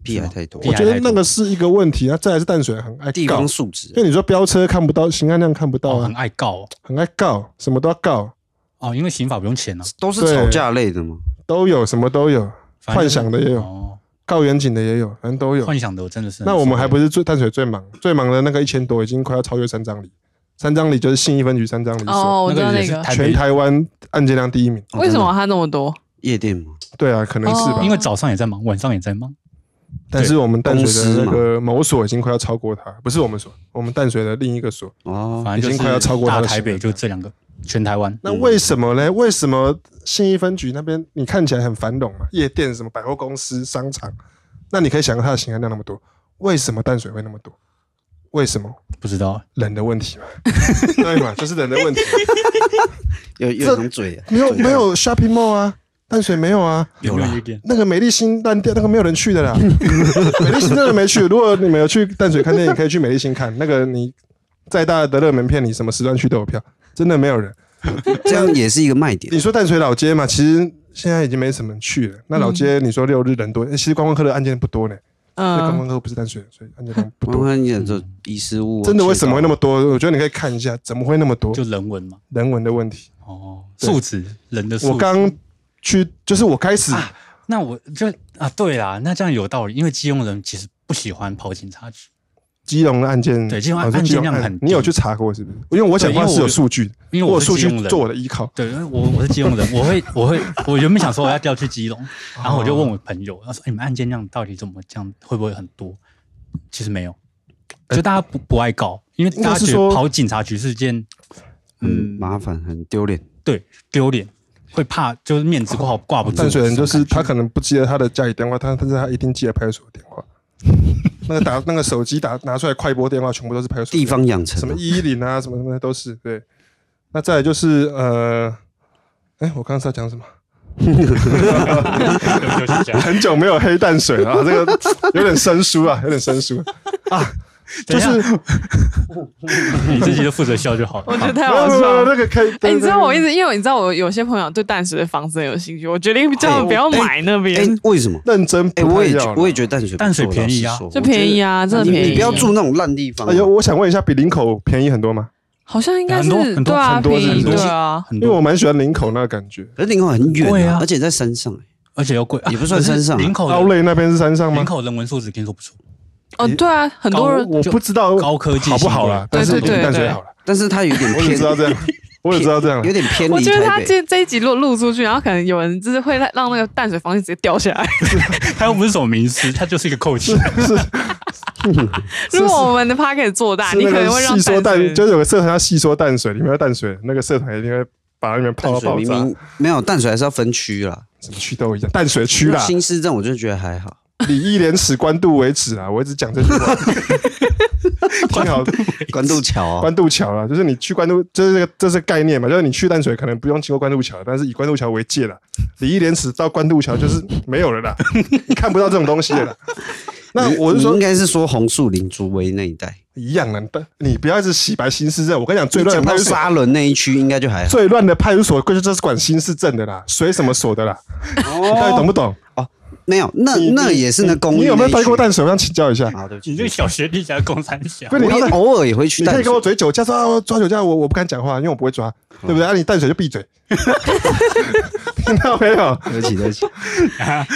C: 屁孩太多
B: 屁
D: 我
B: 孩
D: 觉得那个是一个问题，那再来是淡水很爱
C: 地
D: 告
C: 方，素质啊
D: 因为你说飙车看不到，刑案量看不到
B: 哦，很
D: 啊，
B: 爱告哦
D: 很爱告，什么都要告，
B: 哦，因为刑法不用钱啊，
C: 都是吵架类的嘛。
D: 都有，什么都有，
B: 反正就
D: 幻
B: 是
D: 想的也有，
B: 哦，
D: 告远景的也有，反正都有。
B: 幻想的我真的是很
D: 那我们还不
B: 受
D: 是最淡水最忙，最忙的那个一千多已经快要超越三张里，三张里就是信义分局三张里所，
A: 哦，我
B: 不
A: 知道
B: 了那个
A: 那
B: 也是
A: 个，
B: 台
D: 全
B: 北，
D: 台湾案件量第一名。
C: 哦
A: 为什
C: 真的
A: 么它那么多？
C: 夜店嘛？
D: 对啊，可能是吧
A: 哦。
B: 因为早上也在忙，晚上也在忙，
D: 但是我们淡水
C: 公司
D: 的
C: 嘛
D: 那个某所已经快要超过它，不是我们所，我们淡水的另一个所。
C: 哦，
B: 反正就
D: 已经
B: 是
D: 快要超过他
B: 大
D: 的
B: 台
D: 刑
B: 北，
D: 了
B: 就这两个，全台湾。
D: 那为什么呢？为什么信义分局那边你看起来很繁荣嘛，夜店、什么百货公司、商场，那你可以想象它的刑案量那么多，为什么淡水会那么多？为什么
B: 不知道，
D: 人的问题嘛？对嘛，就是人的问题。
C: 有有一种嘴啊，
D: 没有没有 shopping mall 啊，淡水没有啊。
B: 有
C: 有啦
B: 没有一点？
D: 那个美丽新烂掉，那个没有人去的啦。美丽新真的没去。如果你们有去淡水看电影，可以去美丽新看。那个你再大的热门片，你什么时段去都有票，真的没有人。
C: 这样也是一个卖点
D: 你。说淡水老街嘛，其实现在已经没什么人去了。那老街
B: 嗯
D: 你说六日人多，欸其实观光客的案件不多呢。那观
A: 嗯，
D: 光客不是淡水人，所以案件量不
C: 我
D: 多。
C: 看你讲说遗失物啊，
D: 真的为什么会那
C: 么
D: 么多？我觉得你可以看一下，怎么会那么多？
B: 就人文嘛。
D: 人文的问题。
B: 哦，
D: 对
B: 素质，人的素质。
D: 我刚去，就是我开始
B: 啊那我就啊，对啦，那这样有道理，因为基隆人其实不喜欢跑警察局，
D: 基隆的案件，
B: 对基隆
D: 哦是
B: 案件
D: 隆
B: 量
D: 案
B: 很低
D: 你有去查过是不是？因为我讲
B: 对
D: 话
B: 因为
D: 是有
B: 我
D: 数据的，
B: 因为
D: 我有
B: 我是
D: 数
B: 基
D: 据
B: 隆人
D: 做。我的依靠。
B: 对，因为我我是基隆人，我会 我会我原本想说我要调去基隆，然后我就问我朋友，他说、哎你们案件量到底怎么这样，会不会很多？其实没有，就大家不不爱搞，因为
D: 应该
B: 大家
D: 是
B: 觉
D: 说
B: 得跑警察局是一件
C: 嗯麻烦，很丢脸。
B: 对丢脸，会怕就是面子不好挂不住。
D: 哦淡水人就
B: 这
D: 是
B: 种感
D: 他
B: 觉
D: 可能不记得他的家里电话，但但是他一定记得派出所的电 话。那个打那个手机打拿出来快拨电话，全部都是派出所
C: 地
D: 电话
C: 方养成
D: 什么
C: 嘛，
D: 一一 零啊，什么什么的都是对。那再来就是呃，哎，我刚刚是在讲什么？
E: 休息一下。
D: 很久没有黑淡水了、啊，这个有点生疏啊，有点生疏。啊
B: 等
D: 就
B: 一下
D: 是
B: 你自己就负责笑就好了。
A: 我觉得太
D: 没
A: 好
D: 有
A: 笑
D: 没有没有
A: 了。
D: 那个可以，
A: 哎、
D: 对
A: 你知道我一
D: 对
A: 直，因为你知道我有些朋友对淡水的房子很有兴趣，我决定
C: 哎
A: 叫
C: 我
A: 不要
C: 哎
A: 买那
C: 哎
A: 边，，
C: 为什么？
D: 认真不
C: 哎，
D: 太
C: 我也
D: 要
C: 觉
D: 了
C: 我也觉得淡水不错
B: 淡水便宜啊
C: 老实说
A: 就便宜啊，真的
C: 你
A: 便宜。
C: 你不要住那种烂地方啊。
D: 哎呦，我想问一下，比林口便宜很多吗？
A: 好像应该
B: 很
A: 是
B: 多很多
A: 对啊，
D: 很多
A: 便宜
D: 很多
A: 对啊，
B: 很
D: 因为我
B: 多，
D: 蛮喜欢林口那个感觉。
C: 可是林口很
B: 贵
C: 远
B: 啊
C: 而且在山上。哎
B: 而且又贵，啊
C: 也不算
B: 可是
C: 山上啊
B: 林口
D: 奥
B: 的
D: 雷那边是山上
B: 林
D: 吗？
B: 口人文素质听说不错，
A: 哦对啊，很多人
D: 我
B: 就
D: 不知道
B: 高科技
D: 好不好
B: 新
D: 啦
B: 贵，
D: 但是
A: 对对
D: 比淡水
A: 对
D: 好了。
C: 但是它有点
D: 我也
C: 偏
D: 知，道这样，我也知道这样
C: 有。点偏
A: 我
C: 离
A: 觉得他
C: 台北。
A: 这这一集录录出去，然后可能有人就是会让让那个淡水房子直接掉下来。
B: 他又不是什么名师，他就是一个 coach。
D: 是
A: 如果我们的 p a c k e t 做大，
D: 是
A: 你
D: 那
A: 可能
D: 个
A: 会让
D: 细说
A: 水
D: 淡，就是有个社团叫细说淡水，里面有淡水，那个社团一定会把你们泡
C: 淡
D: 到
C: 水
D: 爆
C: 明
D: 炸，
C: 明没有淡水还是要分区啦，
D: 什么区都一样，淡水区啦，
C: 新市镇我就觉得还 好。
D: 礼义廉耻，官渡为止啦，我一直讲这句 话，听 好，
C: 关渡桥啊，
D: 关渡桥啦，就是你去关渡，就是这个这是概念嘛，就是你去淡水可能不用经过关渡桥，但是以关渡桥为界啦，礼义廉耻到关渡桥就是没有了 啦，你看不到这种东西了啦。那
C: 你
D: 我是
C: 你
D: 说
C: 应该是说红树林、竹围那一带，
D: 一样的，但你不要一直洗白新市镇，我跟你讲，最
C: 你
D: 乱的
C: 讲
D: 派
C: 到
D: 出所
C: 沙仑那一区应该就还好。
D: 最乱的派出所，估计就是管新市镇的啦，水什么所的啦，
B: 哦
D: 你到底懂不懂？
C: 没有，那
D: 你
C: 那
D: 你
C: 也是那公寓
D: 你你有没有
C: 那一
D: 待
C: 区
D: 过淡水？我想请教一下。
C: 啊？对不起
B: 你这个小学弟想要攻三小
D: 不，是你
C: 我也偶尔也会去
D: 你可
C: 淡
D: 以跟
C: 水
D: 我，嘴酒驾，说啊我抓酒驾，我我不敢讲话，因为我不会
C: 哦
D: 抓，对不对？啊，你淡水就 闭嘴，听到没有？好
C: 对不起，对不 起，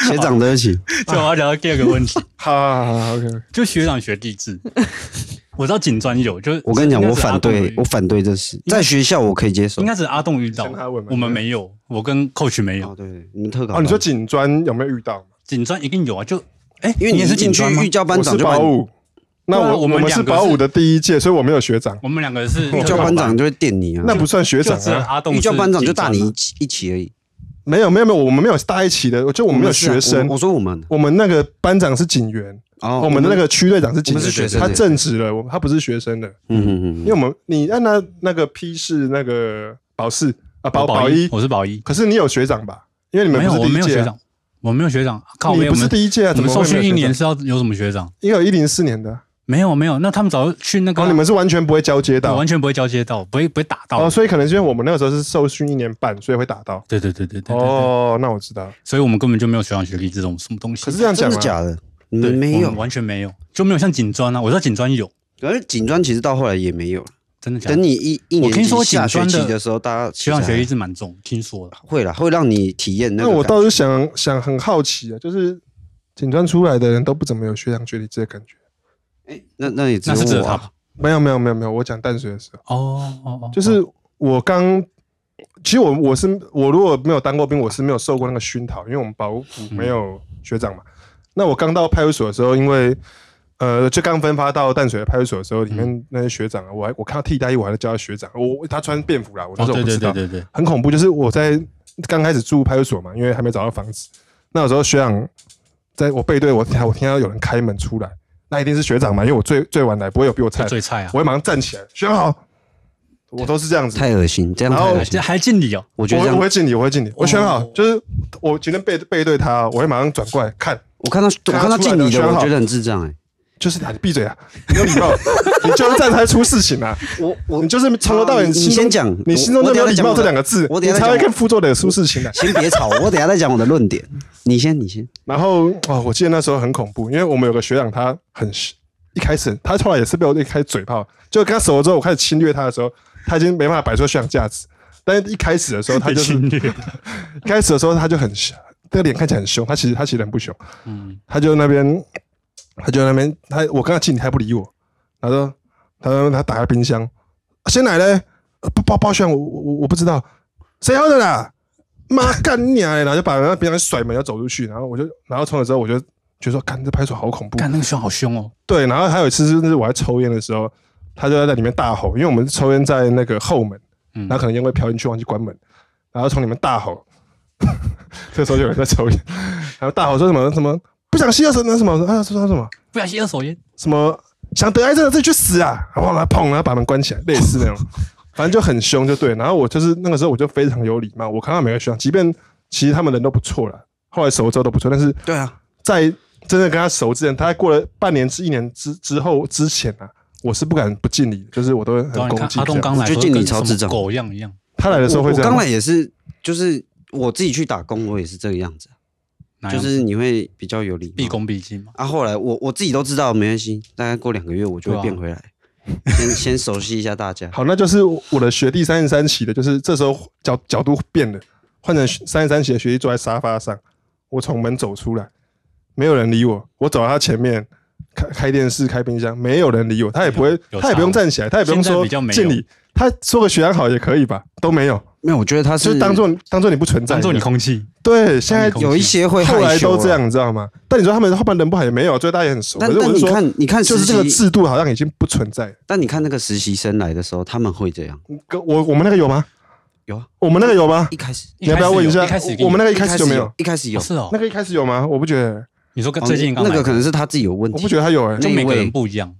C: 学长，对不起。
B: 就我要聊到第二个问题，
D: 好好好，OK，
B: 就学长学地 质。我知道警专有，就是
C: 我跟你讲，
B: 应
C: 我
B: 该是阿
C: 反
B: 栋
C: 对
B: 遇，
C: 我反对这事。
B: 该
C: 在学校我可以接受
B: 应。该只是阿栋遇到
D: 先他问吧，
B: 我们没有，我跟 coach 没
C: 哦，
B: 有，
C: 对，对你们特考
D: 哦，你说警专有没有遇到？
B: 警专一定有啊。就哎，
C: 因为
B: 你也是
C: 进
B: 警
C: 去
B: 专吗
C: 预？教班
D: 我
C: 长
D: 是
C: 就把
D: 保
C: 你
D: 五，那
B: 对啊
D: 我
B: 我们
D: 们
B: 两
D: 是
B: 个
D: 保
B: 是
D: 五的第一届，所以我没有学长，
B: 我们两个是
C: 预教班长，就会电你啊。
D: 那不算学
B: 就
D: 长
B: 只有
D: 啊。
B: 阿栋
C: 预
B: 是
C: 教班长就大你一
B: 警
C: 起一起而已。
D: 没有没有没有，我们没有大一起的，我就我们没有
C: 是啊
D: 学生
C: 我我，说我们
D: 我们那个班长是警员，
C: 哦，
D: 我们的那个区队长是警
C: 我们是学
D: 员，
C: 生
D: 他
C: 对
D: 正职了，我他不是学生的。
C: 嗯嗯嗯
D: 因为我们你按那那个 P 是那个保四啊
B: 专
D: 保
B: 我
D: 保一，
B: 我是保哦一，
D: 可是你有学长吧？因为你们
B: 没有
D: 不是
B: 我
D: 第
B: 没
D: 一
B: 有
D: 届
B: 学
D: 啊，
B: 长，我没有学长，靠
D: 你
B: 背，
D: 不
B: 我
D: 是
B: 们
D: 第一届啊，
B: 我
D: 怎
B: 们
D: 么
B: 受
D: 会没有
B: 训一
D: 学
B: 年
D: 长？
B: 是要有什么学长？
D: 也有一零四年的啊，
B: 没有没有，那他们早就去那个
D: 然后
B: 啊
D: 哦你们是完全不会交接
B: 我
D: 到
B: 完，全不会交接到，不会不会打
D: 哦，
B: 到。
D: 所以可能是因为我们那个时候是受训一年半，所以会打到。
B: 对对对对对。对
D: 哦，那我知道。
B: 所以我们根本就没有学长学历这种什么东西。
D: 可是这样
C: 嗯，真
D: 讲啊
C: 的
D: 嘛，
C: 假的？你
B: 对
C: 们没
B: 我
C: 有
B: 们，完全没有，就没有像警专啊，我知道警专有，
C: 可是警专其实到后来也没有了。
B: 真的假的？
C: 等你一一
B: 我
C: 年
B: 听
C: 级
B: 说
C: 下
B: 警
C: 学
B: 专
C: 期
B: 的
C: 的时候，大家
B: 学长学历
C: 历
B: 是蛮重，听说了。
C: 会啦，会让你体验那
D: 那
C: 个
D: 我
C: 感觉。
D: 倒是想想很好奇啊，就是警专出来的人都不怎么有学长学历这些感觉。
C: 那那也只
B: 那是只
C: 有
B: 有
C: 我
B: 他
C: 啊
B: 吧。
D: 没有没有没有没有，我讲淡水的时候，
B: 哦哦哦，
D: 就是我刚，其实我我是我如果没有当过兵，我是没有受过那个熏陶，因为我们保五
B: 嗯
D: 没有学长嘛。那我刚到派出所的时候，因为呃，就刚分发到淡水的派出所的时候，里
B: 嗯
D: 面那些学长啊，我还我看到替代役，我还在叫他学长，我他穿便服啦，我那
B: 哦
D: 时候
B: 对
D: 我不
B: 对
D: 知道，
B: 对对对，
D: 很恐怖。就是我在刚开始住派出所嘛，因为还没找到房子，那有时候学长在我背对我，我听到有人开门出来，那一定是学长嘛，因为我最最晚来，不会有比我菜
B: 就
D: 的
B: 最菜啊，
D: 哎我会马上站起来，学长好，我都是这样子。
C: 太恶心，这样
D: 然
C: 太
D: 后
C: 恶
B: 还
C: 心
B: 这。还敬礼哦，
C: 我觉
D: 我
C: 得这
D: 会我
C: 样，哦
D: 会敬你，我会敬你。我学长好，就是我今天背背对他，我会马上转过来看。
C: 我看到我看到
D: 看他出来
C: 敬
D: 的
C: 你
D: 学
C: 的，
D: 长
C: 我
D: 好
C: 觉得很智障哎。
D: 就是啊，你闭嘴 啊，你有礼貌，你就是这样才出事情啊。
C: 我我
D: 你就是从头到尾
C: 好你
D: 心中
C: 先讲
D: 你心中
C: 我
D: 都没有
C: 我等一下
D: 礼貌
C: 再讲我的
D: 这两个字，
C: 我等一
D: 你
C: 下再
D: 才
C: 讲
D: 会
C: 我
D: 跟副座的出事情的。啊
C: 先别吵，我等一下再讲我的论点。你先，你先。
D: 然后啊、哦我记得那时候很恐怖，因为我们有个学长，他很一开始，他后来也是被我一开始嘴炮，就跟他熟了之后，我开始侵略他的时候，他已经没办法摆出学长价值。但是一开始的时候， 他
B: 被
D: 就是
B: 侵 略。
D: 一开始的时候他就很这个脸看起来很凶，他其实他其实很不凶，
B: 嗯，
D: 他就那边他就那边他我跟他近，他还不理我，他说他说他打开冰箱，鲜奶嘞，呃包包包选我我我不知道谁要的啦，妈干你娘嘞！然后就把那冰箱甩门要走出去，然后我就然后从此之后我就觉得说，干这派出所好恐怖，啊
B: 看那个熊好凶哦，
D: 对，然后还有一次就是我在抽烟的时候，他就在里面大吼，因为我们抽烟在那个后门，
B: 嗯
D: 然后可能烟会飘进去，忘记关门，然后从里面大吼， 这时候就有人在抽烟， 然后大吼说什么什么不想吸二手那什么啊说说什么
B: 不小心二手烟。
D: 什么想得癌症的自己去死啊，然后来砰，然后把门关起来，类似那种， 反正就很凶就对。然后我就是那个时候我就非常有礼貌，我看到每个学长，即便其实他们人都不错了，后来熟之后都不错，但是
C: 对啊，
D: 在真的跟他熟之前，他过了半年至一年之之后之前啊，我是不敢不敬礼的，就是我都会
B: 对啊，
D: 很
B: 你
D: 恭
B: 看
D: 敬
B: 阿
D: 这
B: 东
D: 样。
B: 刚来的时候
C: 我觉得
B: 跟
C: 你超
B: 什么
C: 智障
B: 狗一样一样。
D: 他来的时候
C: 我
D: 会这
C: 我刚
D: 样，
C: 来也是，就是我自己去打工，我也是这个样子，啊
D: 哎
B: 哪
C: 就
B: 样
C: 是你会比较有礼貌
B: 毕恭毕敬嘛。
C: 啊，后来我我自己都知道，没关系，大概过两个月我就
B: 对
C: 会
B: 啊
C: 变回来，
D: 啊
C: 先先熟悉一下大家。
D: 好，那就是我的学弟三十三期的，就是这时候角角度变了，换成三十三期的学弟坐在沙发上，我从门走出来，没有人理我，我走到他前面。开开电视、开冰箱，没有人理我，他也不会
B: 有，
D: 他也不用
B: 差
D: 站起来，他也不用
B: 现在
D: 说
B: 比较没有
D: 敬礼，他说个学长好也可以吧，都 没有，
C: 没有，我觉得他
D: 就是当做当做你不存在一
B: 当
D: 样，
B: 做你空气，
D: 对，现在
B: 当你空
C: 有一些会
D: 后来
C: 害羞啊
D: 都这，样，你知道吗？但你说他们后半人不好也没有，所以大家也很熟。
C: 但
D: 可是
C: 但
D: 我
C: 你
D: 是说，
C: 看你看
D: 就是
C: 实
D: 这个
C: 习，
D: 制度好像已经不存在了。
C: 但你看那个实习生来的时候，他们会这样，
D: 跟我我们那个有吗？
C: 有啊，
D: 我们那个有吗
C: 一？开始
D: 你要不要问下
B: 一开始有一开始？
D: 我们那个
C: 一
D: 一开始就没有，
C: 一开始有
B: 哦，是哦
D: 那，个一开始有吗？我不觉得，
B: 你说跟
C: 哦
B: 最近刚
C: 那
B: 来
C: 个可能是他自己有问
D: 我不
C: 题。
D: 觉得他有哎、
C: 那
B: 就每个
C: 一位
B: 人不一样。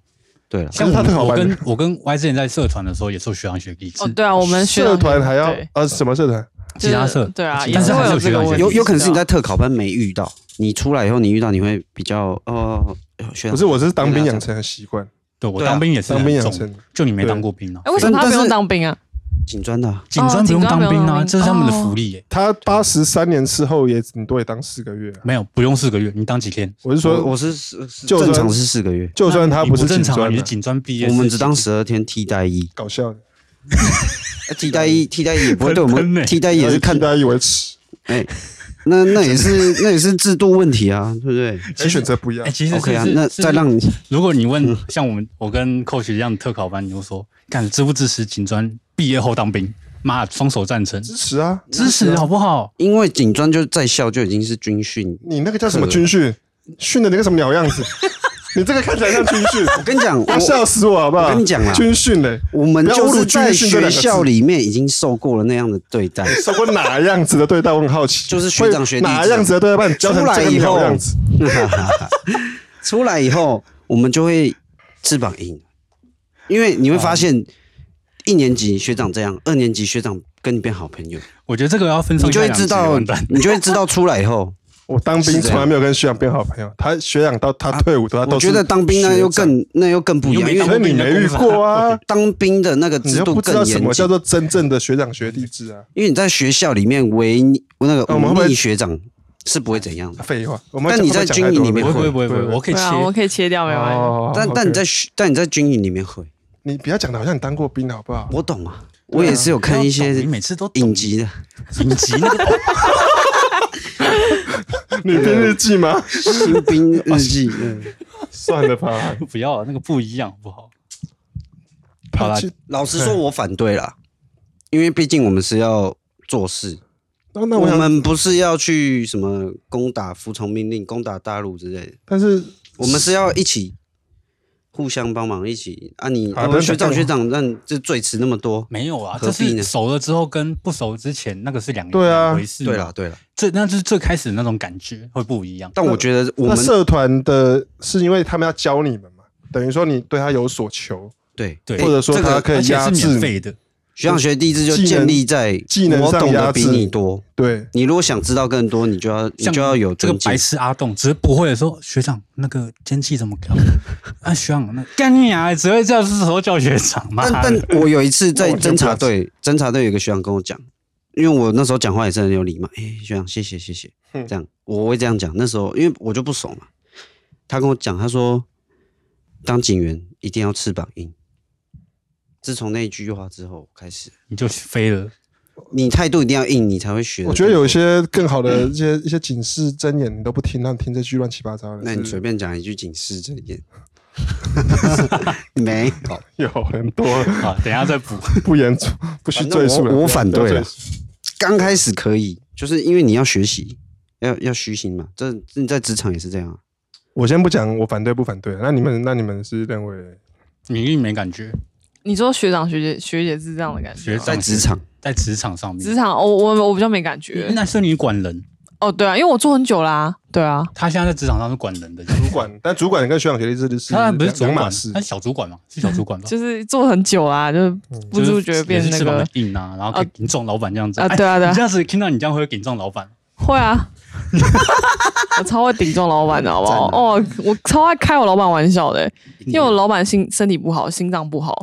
C: 对了，
B: 像
D: 可是
B: 我
D: 他
B: 们
D: 最好
B: 我
D: 玩
B: 跟我跟 Y 之前在社团的时候也受学长学弟，
A: 哦，
B: 是
A: 对啊，我们学长
D: 社团还要
A: 对
D: 呃什么社团？
A: 就是
B: 吉他社
A: 对啊，
B: 但是
A: 也
B: 还
A: 会有这个
B: 是有学长
A: 问题，
C: 有有可能是你
A: 对
C: 在
A: 啊
C: 特考班没遇到，你出来以后你遇到你会比较哦，学长
D: 不是，我是当兵养成的习惯，
B: 对我
C: 对啊
B: 当兵也是
D: 当
B: 很
D: 兵养
B: 重
D: 成的，
B: 就你没当过兵啊
A: 哎，，为什么
C: 但
A: 他不
C: 但
A: 用
C: 是
A: 当兵啊？
C: 紧专的啊，
B: 警专不用当兵
A: 警专不用
B: 啊，
A: 当兵
B: 这是他们的福利耶。
D: 他八十三年之后也顶多也当四个月啊、
B: 没有，不用四个月，你当几天？
D: 我是
C: 我
D: 说，
C: 我是是是
D: 就算
C: 正常是四个月，
D: 就算他
B: 你不
D: 是
B: 正
D: 警
B: 常啊，
D: 专
B: 你
D: 啊
B: 是，警专毕业，
C: 我们只当
B: 是
C: 十二天替代役。
D: 搞笑的，哎
C: 啊替代役，替代役也不会对我
B: 喷喷
C: 们
B: 欸
C: 替代役也是看
D: 替，代役为耻，
C: 哎，那那也是那也是制度问题啊，对不对
B: 其
D: 哎
B: 实
D: 选择不一样
B: 哎，。其实是
C: ？OK 啊，
B: 是
C: 那
B: 是
C: 再让你嗯
B: 如果你问像我们我跟 coach 一样的特考班，你就说，看支不支持警专毕业后当兵？妈，双手赞成，
D: 支持啊，
B: 支持好不好？
C: 因为警专就在校就已经是军训，
D: 你那个叫什么军训？训的那个什么 鸟样子？你这个看起来像军训，
C: 我跟你讲，
D: 要
C: 我
D: 笑死我好不好？
C: 我跟你讲啊啦
D: 军训嘞、
C: 我们
D: 不要侮
C: 就
D: 辱
C: 是在
D: 军训这两
C: 学
D: 个字
C: 校里面已经受过了那样的对 待，
D: 受过哪样子的对待？我很好奇，
C: 就是学长学弟啊
D: 会哪样子的对待把你教成这个鸟样子？
C: 出来以后我们就会翅膀硬，因为你会发现一年级学长这样，二年级学长跟你变好朋友，
B: 我觉得这个要分上
C: 你就
B: 下
C: 会
B: 两
C: 知
B: 集，
C: 道
B: 完蛋，
C: 你就会知道出来以 后。
D: 我当兵从来没有跟学长变好朋友，他学长到他退伍都他
C: 啊我
D: 啊都是
C: 觉得当兵那又
D: 学
C: 更那又更不一样，因
D: 长，
C: 为
D: 所以你没遇过啊，
C: 当兵的那个
D: 你
C: 制
D: 又
C: 度
D: 不知
C: 更
D: 道什
C: 严
D: 么
C: 谨
D: 叫，做真正的学长学弟制啊！
C: 因为你在学校里面违逆那
D: 啊
C: 个
D: 我们会不
C: 忤
D: 哦会
C: 逆学长是不会怎样的，
D: 废话，我们
C: 但你在
D: 讲太多
C: 军营里
B: 不
C: 面
B: 会不会
C: 会
B: 不会不会，
D: 对
B: 我可以
A: 对
B: 切。
A: 啊，我可以切掉没关系。
D: 哦
C: 但
D: OK
C: 但你在学但你在军营里面会，
D: 你不要讲的好像你当过兵好不 好？
C: 我懂啊，我也是有看一
B: 你
C: 些
B: 每次都
C: 影集的，
B: 影集那个
D: 你编日记吗？
C: 新兵日 记，嗯
D: 算 了吧，
B: 不要，那个不一样，好不好。好啦
D: 其实
C: 老实说，我反对啦，因为毕竟我们是要做事，
D: 那那
C: 我
D: 我想
C: 们不是要去什么攻打服从命令、攻打大陆之类的。
D: 但是
C: 我们是要一起互相帮忙，一起啊你！
D: 啊
C: 哦
D: 不是
C: 学长
D: 干嘛
C: 学长，那你这最迟那么多，
B: 没有啊，
C: 何
B: 这
C: 必
B: 是
C: 呢
B: 熟了之后跟不熟之前那个是两
D: 对啊
B: 两回事嘛。
C: 对啦对啦。
B: 最那就是最开始那种感觉会不一样。
C: 但我觉得我
D: 那
C: 们
D: 社团的是因为他们要教你们嘛，等于说你对他有所求，
C: 对
B: 对
C: 哎
D: 或者说
C: 这
D: 他
C: 个
D: 可
B: 而
D: 以
B: 且
D: 压
B: 是
D: 制
B: 免
D: 你。
B: 费的，
C: 学长学弟制就
D: 技能
C: 建立在
D: 技能
C: 我
D: 上
C: 懂
D: 压
C: 得比
D: 制
C: 你多，
D: 对，
C: 你如果想知道更多，你就要你
B: 像
C: 就要有
B: 这个
C: 尊敬
B: 白痴阿栋，只是不会说学长那个天气怎么搞 啊？学长那干你啊！只会叫是时候叫学长嘛。
C: 但
B: 妈的
C: 但我有一次在
D: 那我就
C: 侦
D: 不
C: 查
D: 要
C: 队，侦查队有一个学长跟我讲，因为我那时候讲话也是很有礼貌，哎、学长谢谢谢谢，
D: 嗯
C: 这样我会这样讲。那时候因为我就不熟嘛，他跟我讲，他说当警员一定要翅膀硬。自从那一句话之后开始，
B: 你就飞了，
C: 你态度一定要硬，你才会学。
D: 我觉得有一，些更好的一些一些警示箴言，你都不听，让你听这句乱七八糟的。
C: 那
D: 是
C: 你随便讲一句警示这 言， 没有。
D: 有很多
B: 好，等一下再补。
D: 不严肃， 不需
C: 反
D: 赘
C: 正
D: 述了。啊
C: 我我
D: 不要
C: 反
D: 不要
C: 对啊
D: 赘
C: 了
D: 述
C: 刚开始可以，就是因为你要学习，要要虚心嘛。这这在职场也是这样啊。
D: 我先不讲我反对不反对，啊那你们那你们是认为
B: 你一定没感觉，
A: 你说学长学姐学姐是这样的感觉吗，
B: 学长
C: 在职场，
B: 在职场上面，
A: 职场哦，我我比较没感觉
B: 那是你管人，
A: 哦，对啊，因为我做很久啦、对啊，
B: 他现在在职场上是管人的，
D: 主管？但主管跟学长学历制
B: 嗯
D: 是
B: 他然不是主
D: 两码
B: 管
D: 事，
B: 他是小主管嘛，是小主管吧？
A: 就是做很久啦、就是不
B: 嗯就是
A: 知不觉变
B: 也是
A: 那
B: 翅膀
A: 个
B: 很硬啊，然后可以顶撞老板这样子
A: 啊
B: 哎
A: 对啊对啊
B: 你这样子听到你这样会顶撞老板，
A: 会啊， 我超会顶撞老板的好不好？哦，我超爱开我老板玩笑的、欸
B: 嗯
A: 因为我老板心身体不好，心脏不好，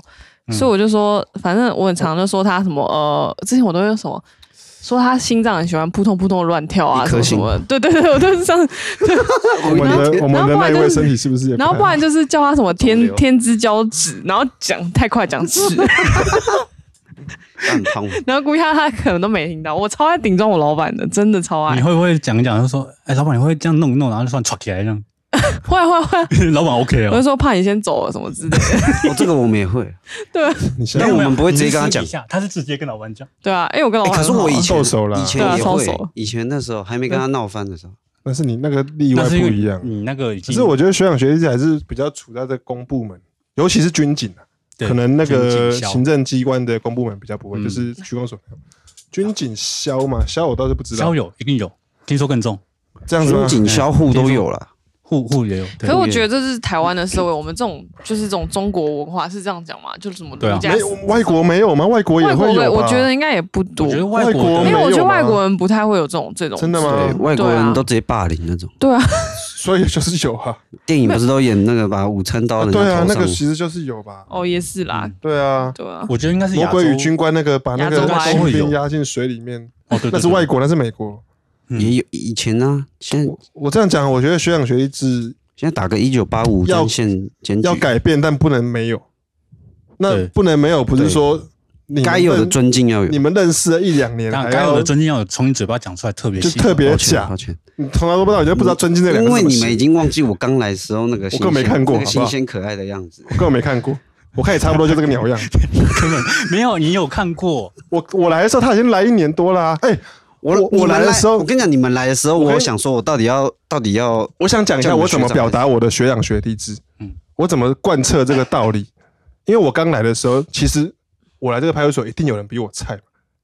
A: 所以我就说，反正我很常就说他什么呃，之前我都会什么。说他心脏很喜欢扑通扑通地乱跳啊，
C: 一
A: 什
C: 颗
A: 么什
C: 心
A: 么的，对对对，我都是这样。
D: 我们的我们的
A: 然后不
D: 那
A: 然
D: 一
A: 就是
D: 位身体是不是也太
A: 然后不然就是叫他什么
C: 肿
A: 天
C: 瘤
A: 天之骄子，然后讲太快讲是，
C: 蛋汤
A: 然后估计他他可能都没听到。我超爱顶撞我老板的，真的超爱
B: 你。会不会讲一讲就说，哎，老板你会这样弄一弄，然后就算吵起来这样？
A: 会啊会会，
B: 老板 OK
A: 我
B: 哦
A: 就，说怕你先走了什么之类的。
C: 哦，这个我 们也会。
D: 你现在
C: 但我们不会直接跟他
B: 你是
C: 讲
B: 私底下，他是直接跟老板讲。
A: 对啊，因为我跟老
C: 欸
A: 板
C: 可
A: 很
C: 是
A: 好啊、
C: 我以前
D: 动手啦
C: 以前
A: 对啊
C: 也
A: 收
C: 会
A: 手，
C: 以前那时候还没跟他闹翻的时候，
D: 那是你那个例外
B: 那
D: 不
B: 是因为
D: 一样。
B: 你那个已
D: 可
B: 经
D: 是我觉得学长学历还是比较处在这公部门，尤其是军警啊，
B: 对
D: 可能那个
B: 军警消
D: 行政机关的公部门比较不会，
B: 嗯
D: 就是区公所。军警消嘛，消我倒是不知道
B: 交，友一定有，听说更重，
D: 这样子吗
C: 军？警销户都有了。
B: 户户也有。
A: 可
B: 对
A: 是我觉得这是台湾的社会，我们这种就是这种中国文化是这样讲嘛？就是什么
B: 对啊
A: 儒家
D: 没有，外国没有吗？外国也
A: 外国
D: 会有
A: 的
D: 吧？
A: 我觉得应该也不多，
B: 我觉得
A: 因
B: 外
D: 外国
B: 国
A: 为
D: 没有
A: 我觉得
D: 吧
A: 外国人不太会有这种这种
D: 真的吗
C: 对，外国
A: 对
C: 人
A: 啊
C: 都直接霸凌那种。
A: 对啊，
D: 所以就是有啊，
C: 电影不是都演那个把午餐刀
D: 啊
C: 人
D: 对
C: 家
D: 啊，
C: 头
D: 那
C: 上
D: 个，其实就是有吧，
A: 哦也是啦，
B: 嗯
D: 对啊，
A: 对啊，
B: 我觉得应该是
D: 魔
B: 亚洲
D: 鬼与军官那个把那个
A: 亚洲白
D: 新兵压进水里面，
B: 哦，对，对
D: 那是
B: 对
D: 外国，那是美国。
B: 嗯
C: 也有以前啊，现在
D: 我我这样讲，我觉得学长学历制
C: 现在打个一九八五
D: 要
C: 战线检举
D: 要，改变，但不能没有。那
B: 对
D: 不能没有，不是
C: 对
D: 说你们
C: 该有的
D: 认
C: 尊敬要
D: 你
C: 有。
D: 们认识了一两年，
B: 但
D: 还
B: 该有
D: 要
B: 的尊敬要有从你嘴巴讲出来，特别
D: 就
B: 细
D: 特别
C: 抱
D: 假
C: 歉，抱歉，
D: 你从来都不知道，你就不知道尊敬这两
C: 嗯因
D: 个字
C: 为
D: 怎么
C: 你
D: 写。
C: 们已经忘记我刚来时候那个
D: 根
C: 新
D: 本没
C: 鲜
D: 看过
C: 那个
D: 好不好
C: 新鲜可爱的样子。
D: 我根本没看过，我看也差不多就这个鸟样。
B: 根本没有。你有看过？
D: 我我来的时候他已经来一年多啦、哎，我
C: 你
D: 我
C: 们
D: 来的时候
C: 我跟你讲，你们来的时候，
D: 我跟
C: 我想说，我到底要到底要
D: 我想讲一下
C: 叫你
D: 我怎么表达我的学长学弟制，
B: 嗯
D: 我怎么贯彻这个道理。因为我刚来的时候，其实我来这个派出所一定有人比我菜嘛，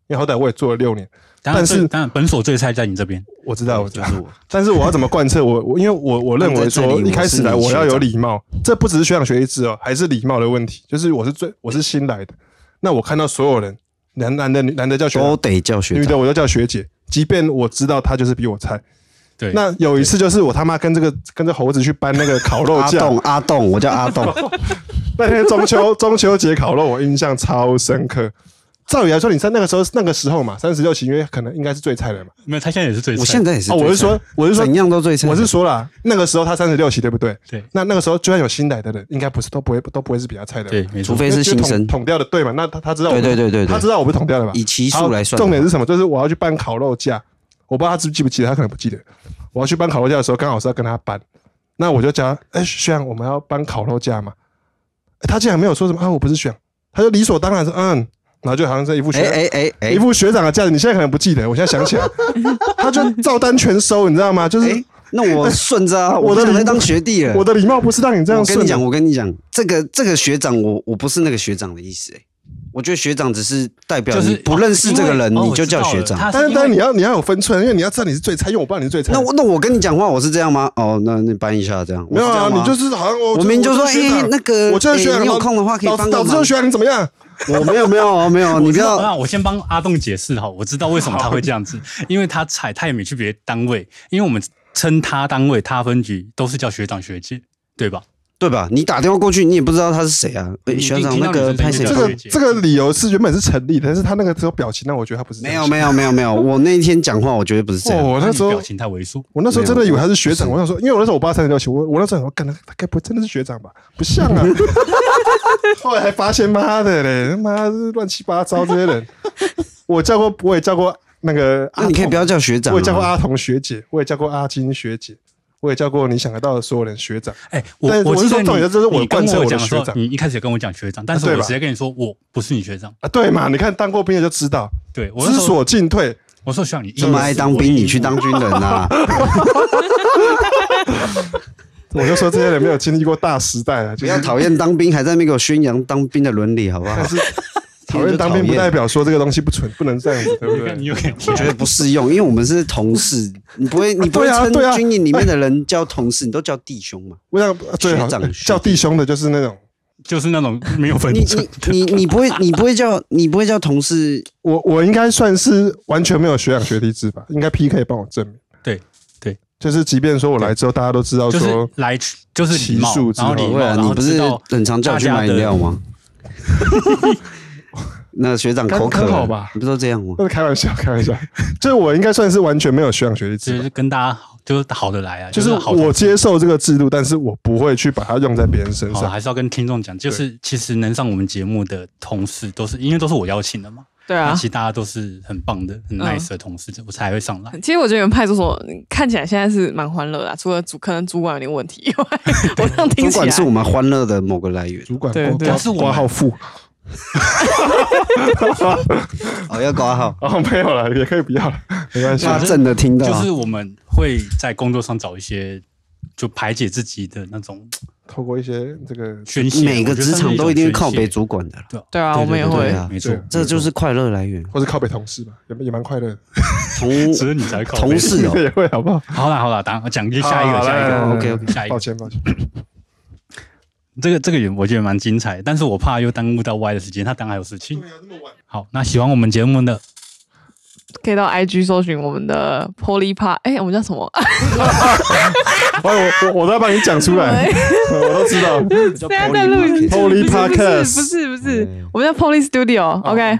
D: 因为好歹我也做了六年，
B: 当然
D: 但
B: 最，
D: 是
B: 当然，本所最菜在你这边。
D: 我知道，我知
C: 就
D: 道。
C: 是我。
D: 但是我要怎么贯彻我我因为我我认为
C: 但在
D: 说
C: 这里
D: 一开始来
C: 我是
D: 我
C: 你
D: 要
C: 学
D: 有
C: 长
D: 礼貌，这不只是学长学弟制哦，还是礼貌的问题。就是我是最我是新来的，那我看到所有人男男的女男的叫学
C: 都
D: 长，
C: 得叫学
D: 女
C: 长
D: 的。我就叫学姐，即便我知道她就是比我菜。
B: 对，
D: 那有一次就是我他妈跟这个跟这猴子去搬那个烤肉
C: 阿
D: 架，
C: 栋，阿栋，我叫阿 栋。
D: 那天中秋 中秋节烤肉，我印象超深刻。照理来说，你在那个时候那个时候嘛，三十六七，因为可能应该是最菜的嘛。
B: 没有，他现在也是最菜。
C: 我现在也是
D: 哦，
C: 最菜，
D: 我是说，我是说
C: 怎，样都最菜。
D: 我是说啦，那个时候他三十六期，对不对？
B: 对
D: 那那个时候就算有新来的人，应该不是都不会都不会是比他菜的嘛，
B: 对，没
C: 除
B: 错。
C: 非
D: 因为
C: 是
D: 就是
C: 新
D: 捅
C: 生，
D: 捅掉的，对嘛？那他他知道我，
C: 对对对对
D: 他知
C: 对，
D: 道我被捅掉了吧？
C: 以奇
D: 好
C: 数来算的话，
D: 重点是什么？就是我要去搬烤肉架，我不知道他记不记不记得，他可能不记得。我要去搬烤肉架的时候，刚好是要跟他搬，那我就叫他，哎、学长，我们要搬烤肉架嘛？哎他竟然没有说什么啊，我不是学长，他就理所当然是嗯，然后就好像是一副学长。
C: 哎哎哎哎
D: 一，副学长的架子，你现在可能不记得，我现在想起 来，他就照单全收，你知道吗？就是、
C: 哎，那我顺着啊，
D: 我
C: 我
D: 的
C: 都想
D: 礼
C: 在当学弟了。
D: 我的礼貌不是让你这样
C: 我跟
D: 顺
C: 你
D: 的
C: 讲，，我跟你讲，这个这个学长，我我不是那个学长的意思，哎，我觉得学长只是代表
B: 就是
C: 你不认识这个人，
B: 因为哦
C: 你就叫学长。
B: 我知道了他
D: 但
B: 是
D: 是但是
B: 因
D: 你
B: 为
D: 要你要有分寸，因为你要知道你是最菜，因为我不知道你是最菜。
C: 那我那我跟你讲话，我是这样吗？哦，那那搬一下这样。
D: 没有
C: 我是这
D: 啊，
C: 样吗
D: 你就是好像我
C: 我明明就说，
D: 我就是学
C: 哎
D: 长，
C: 那个，
D: 我就是学
C: 哎
D: 长，
C: 你有
D: 老
C: 空的话可以
D: 老
C: 帮
D: 子
C: 个
D: 导致就
C: 忙。
D: 学长你怎么样？
C: 我没有没有没 有，
B: 我
C: 你不
B: 知道啊
C: 要。
B: 那我先帮阿栋解释哈，我知道为什么他会这样子，因为他踩，他也没去别的单位，因为我们称他单位、他分局都是叫学长学姐，对吧？
C: 对吧？你打电话过去，你也不知道他是谁啊。哎
B: 你
C: 学长，
B: 听
C: 那
B: 到
C: 个
B: 你的
C: 拍
B: 声音
C: 谁
B: 就
D: 这
B: 知？道
D: 个这个理由是原本是成立的，但是他那个只有表情，那我觉得他不是这
C: 没
D: 样
C: 有没有没有没有，我那一天讲话，我绝对不是这
D: 哦，
C: 样。
D: 我那时候
B: 你表情太猥琐，
D: 我那时候真的以为他是学长，
C: 没
D: 我想说，因为我那时候我爸三十六七，我我那时候想说，干他他该不会真的是学长吧？不像啊！后来还发现，妈的嘞，妈是乱七八糟这些人。我叫过，我也叫过那个
C: 那
D: 阿
C: 啊你可以不要叫学
D: 童，
C: 长
D: 我也叫过
C: 啊。
D: 阿童学姐，我也叫过阿金学姐，我也叫过你想得到的所有人学长。
B: 哎、我
D: 但
B: 我
D: 我
B: 记
D: 是
B: 得
D: 说重点
B: 你
D: 就是我
B: 你
D: 贯
B: 跟
D: 彻我的
B: 讲
D: 学
B: 说，
D: 长
B: 你一开始有跟我讲学长，但是
D: 啊
B: 我
D: 对吧
B: 直接跟你说我不是你学长，
D: 啊，对嘛？你看当过兵的就知道，
B: 对我
D: 知
B: 是说
D: 所进退。
B: 我说学长你
C: 这么爱当兵，你去当军人啊？
D: 我就说这些人没有经历过大时代 啊，
C: 不
D: 就
C: 要
D: 是
C: 讨厌当兵，还在那边给我宣扬当兵的伦理，好不 好？
D: 讨厌当兵，不代表说这个东西不纯，不能这样子，对
B: 你
D: 不对
B: 看？你又可以
C: 我觉得不适用，因为我们是同事，你不会，你 不会
D: 对啊
C: 称
D: 对啊
C: 军营里面的人叫同事，你都叫弟兄嘛？
D: 我想最好
C: 学长
D: 叫弟兄的，就是那种。
B: 就是那种没有分
C: 你
B: 寸。
C: 你你你不会，你不会叫你不会叫同事，
D: 我我应该算是完全没有学长学弟制吧？应该 P 可以帮我证明。
B: 对对，
D: 就是即便说我来之后，大家都知道
B: 就是
D: 说，
B: 来就是礼貌
D: 骑术，之
B: 然后礼
D: 后
B: 貌，
C: 对啊，
B: 然
C: 你
B: 后
C: 不
B: 知
C: 是
B: 道
C: 很常叫我去买饮料吗？ 那学长口渴
D: 刚刚好
C: 了
D: 吧
C: 你不都这样吗？
D: 那是开玩笑，开玩笑。就是我应该算是完全没有学长学弟制
B: 就
D: 吧，
B: 是跟大家好就是好的来啊，
D: 就是
B: 是好的
D: 我接受这个制度，但是我不会去把它用在别人身
B: 好，
D: 上。
B: 还是要跟听众讲，就是其实能上我们节目的同事，都是因为都是我邀请的嘛，
A: 对啊
B: 那其，实大家都是很棒的、很
C: 嗯
B: nice 的同事，我才会上来。
A: 其实我觉得你们派出所看起来现在是蛮欢乐的啊、除了主可能主管有点问题以外，我这样听
C: 主
A: 起
C: 管
A: 来
C: 是我们欢乐的某个来源，
D: 主管
A: 对对
D: 挂
B: 但是我们
D: 挂号付
C: 哦，要挂 号，
D: 哦，没有了，也可以不要了，没关系。
C: 怕正的听到啊，
B: 就是我们会在工作上找一些就排解自己的那种
D: 透过一些这个
B: 宣泄，
C: 每个
B: 我觉得
C: 职
B: 算是
C: 场都一定会
B: 种
C: 靠
B: 宣泄
C: 北主管的啦，
A: 对啊，
B: 对
A: 我们也
B: 对对
A: 会
C: 对啊
B: 没错
D: 对，
C: 这就是快乐来源，
D: 或是靠北同事吧，也也蛮快乐的，
C: 从
B: 只有你才靠北
C: 同。事 哦。
D: 也会好不好？
B: 好啦好啦，打讲一个下一
D: 好
B: 个
D: 好
B: 下一
D: 来来
B: 个
D: 来
C: OK，OK
B: 下一
D: 抱
B: 个，
D: 歉抱歉。
B: 这个这个也我觉得蛮精彩的，但是我怕又耽误到 Y 的时间，他当然还有事情。好，那喜欢我们节目的
A: 可以到 IG 搜寻我们的 Poly p a 哎、我们叫什么？
D: 哎，我我我都要帮你讲出来， 我都知道。
A: 现在在录
C: Poly Market 哦
A: 不是不是不是不是，我们叫 Poly Studio，OK、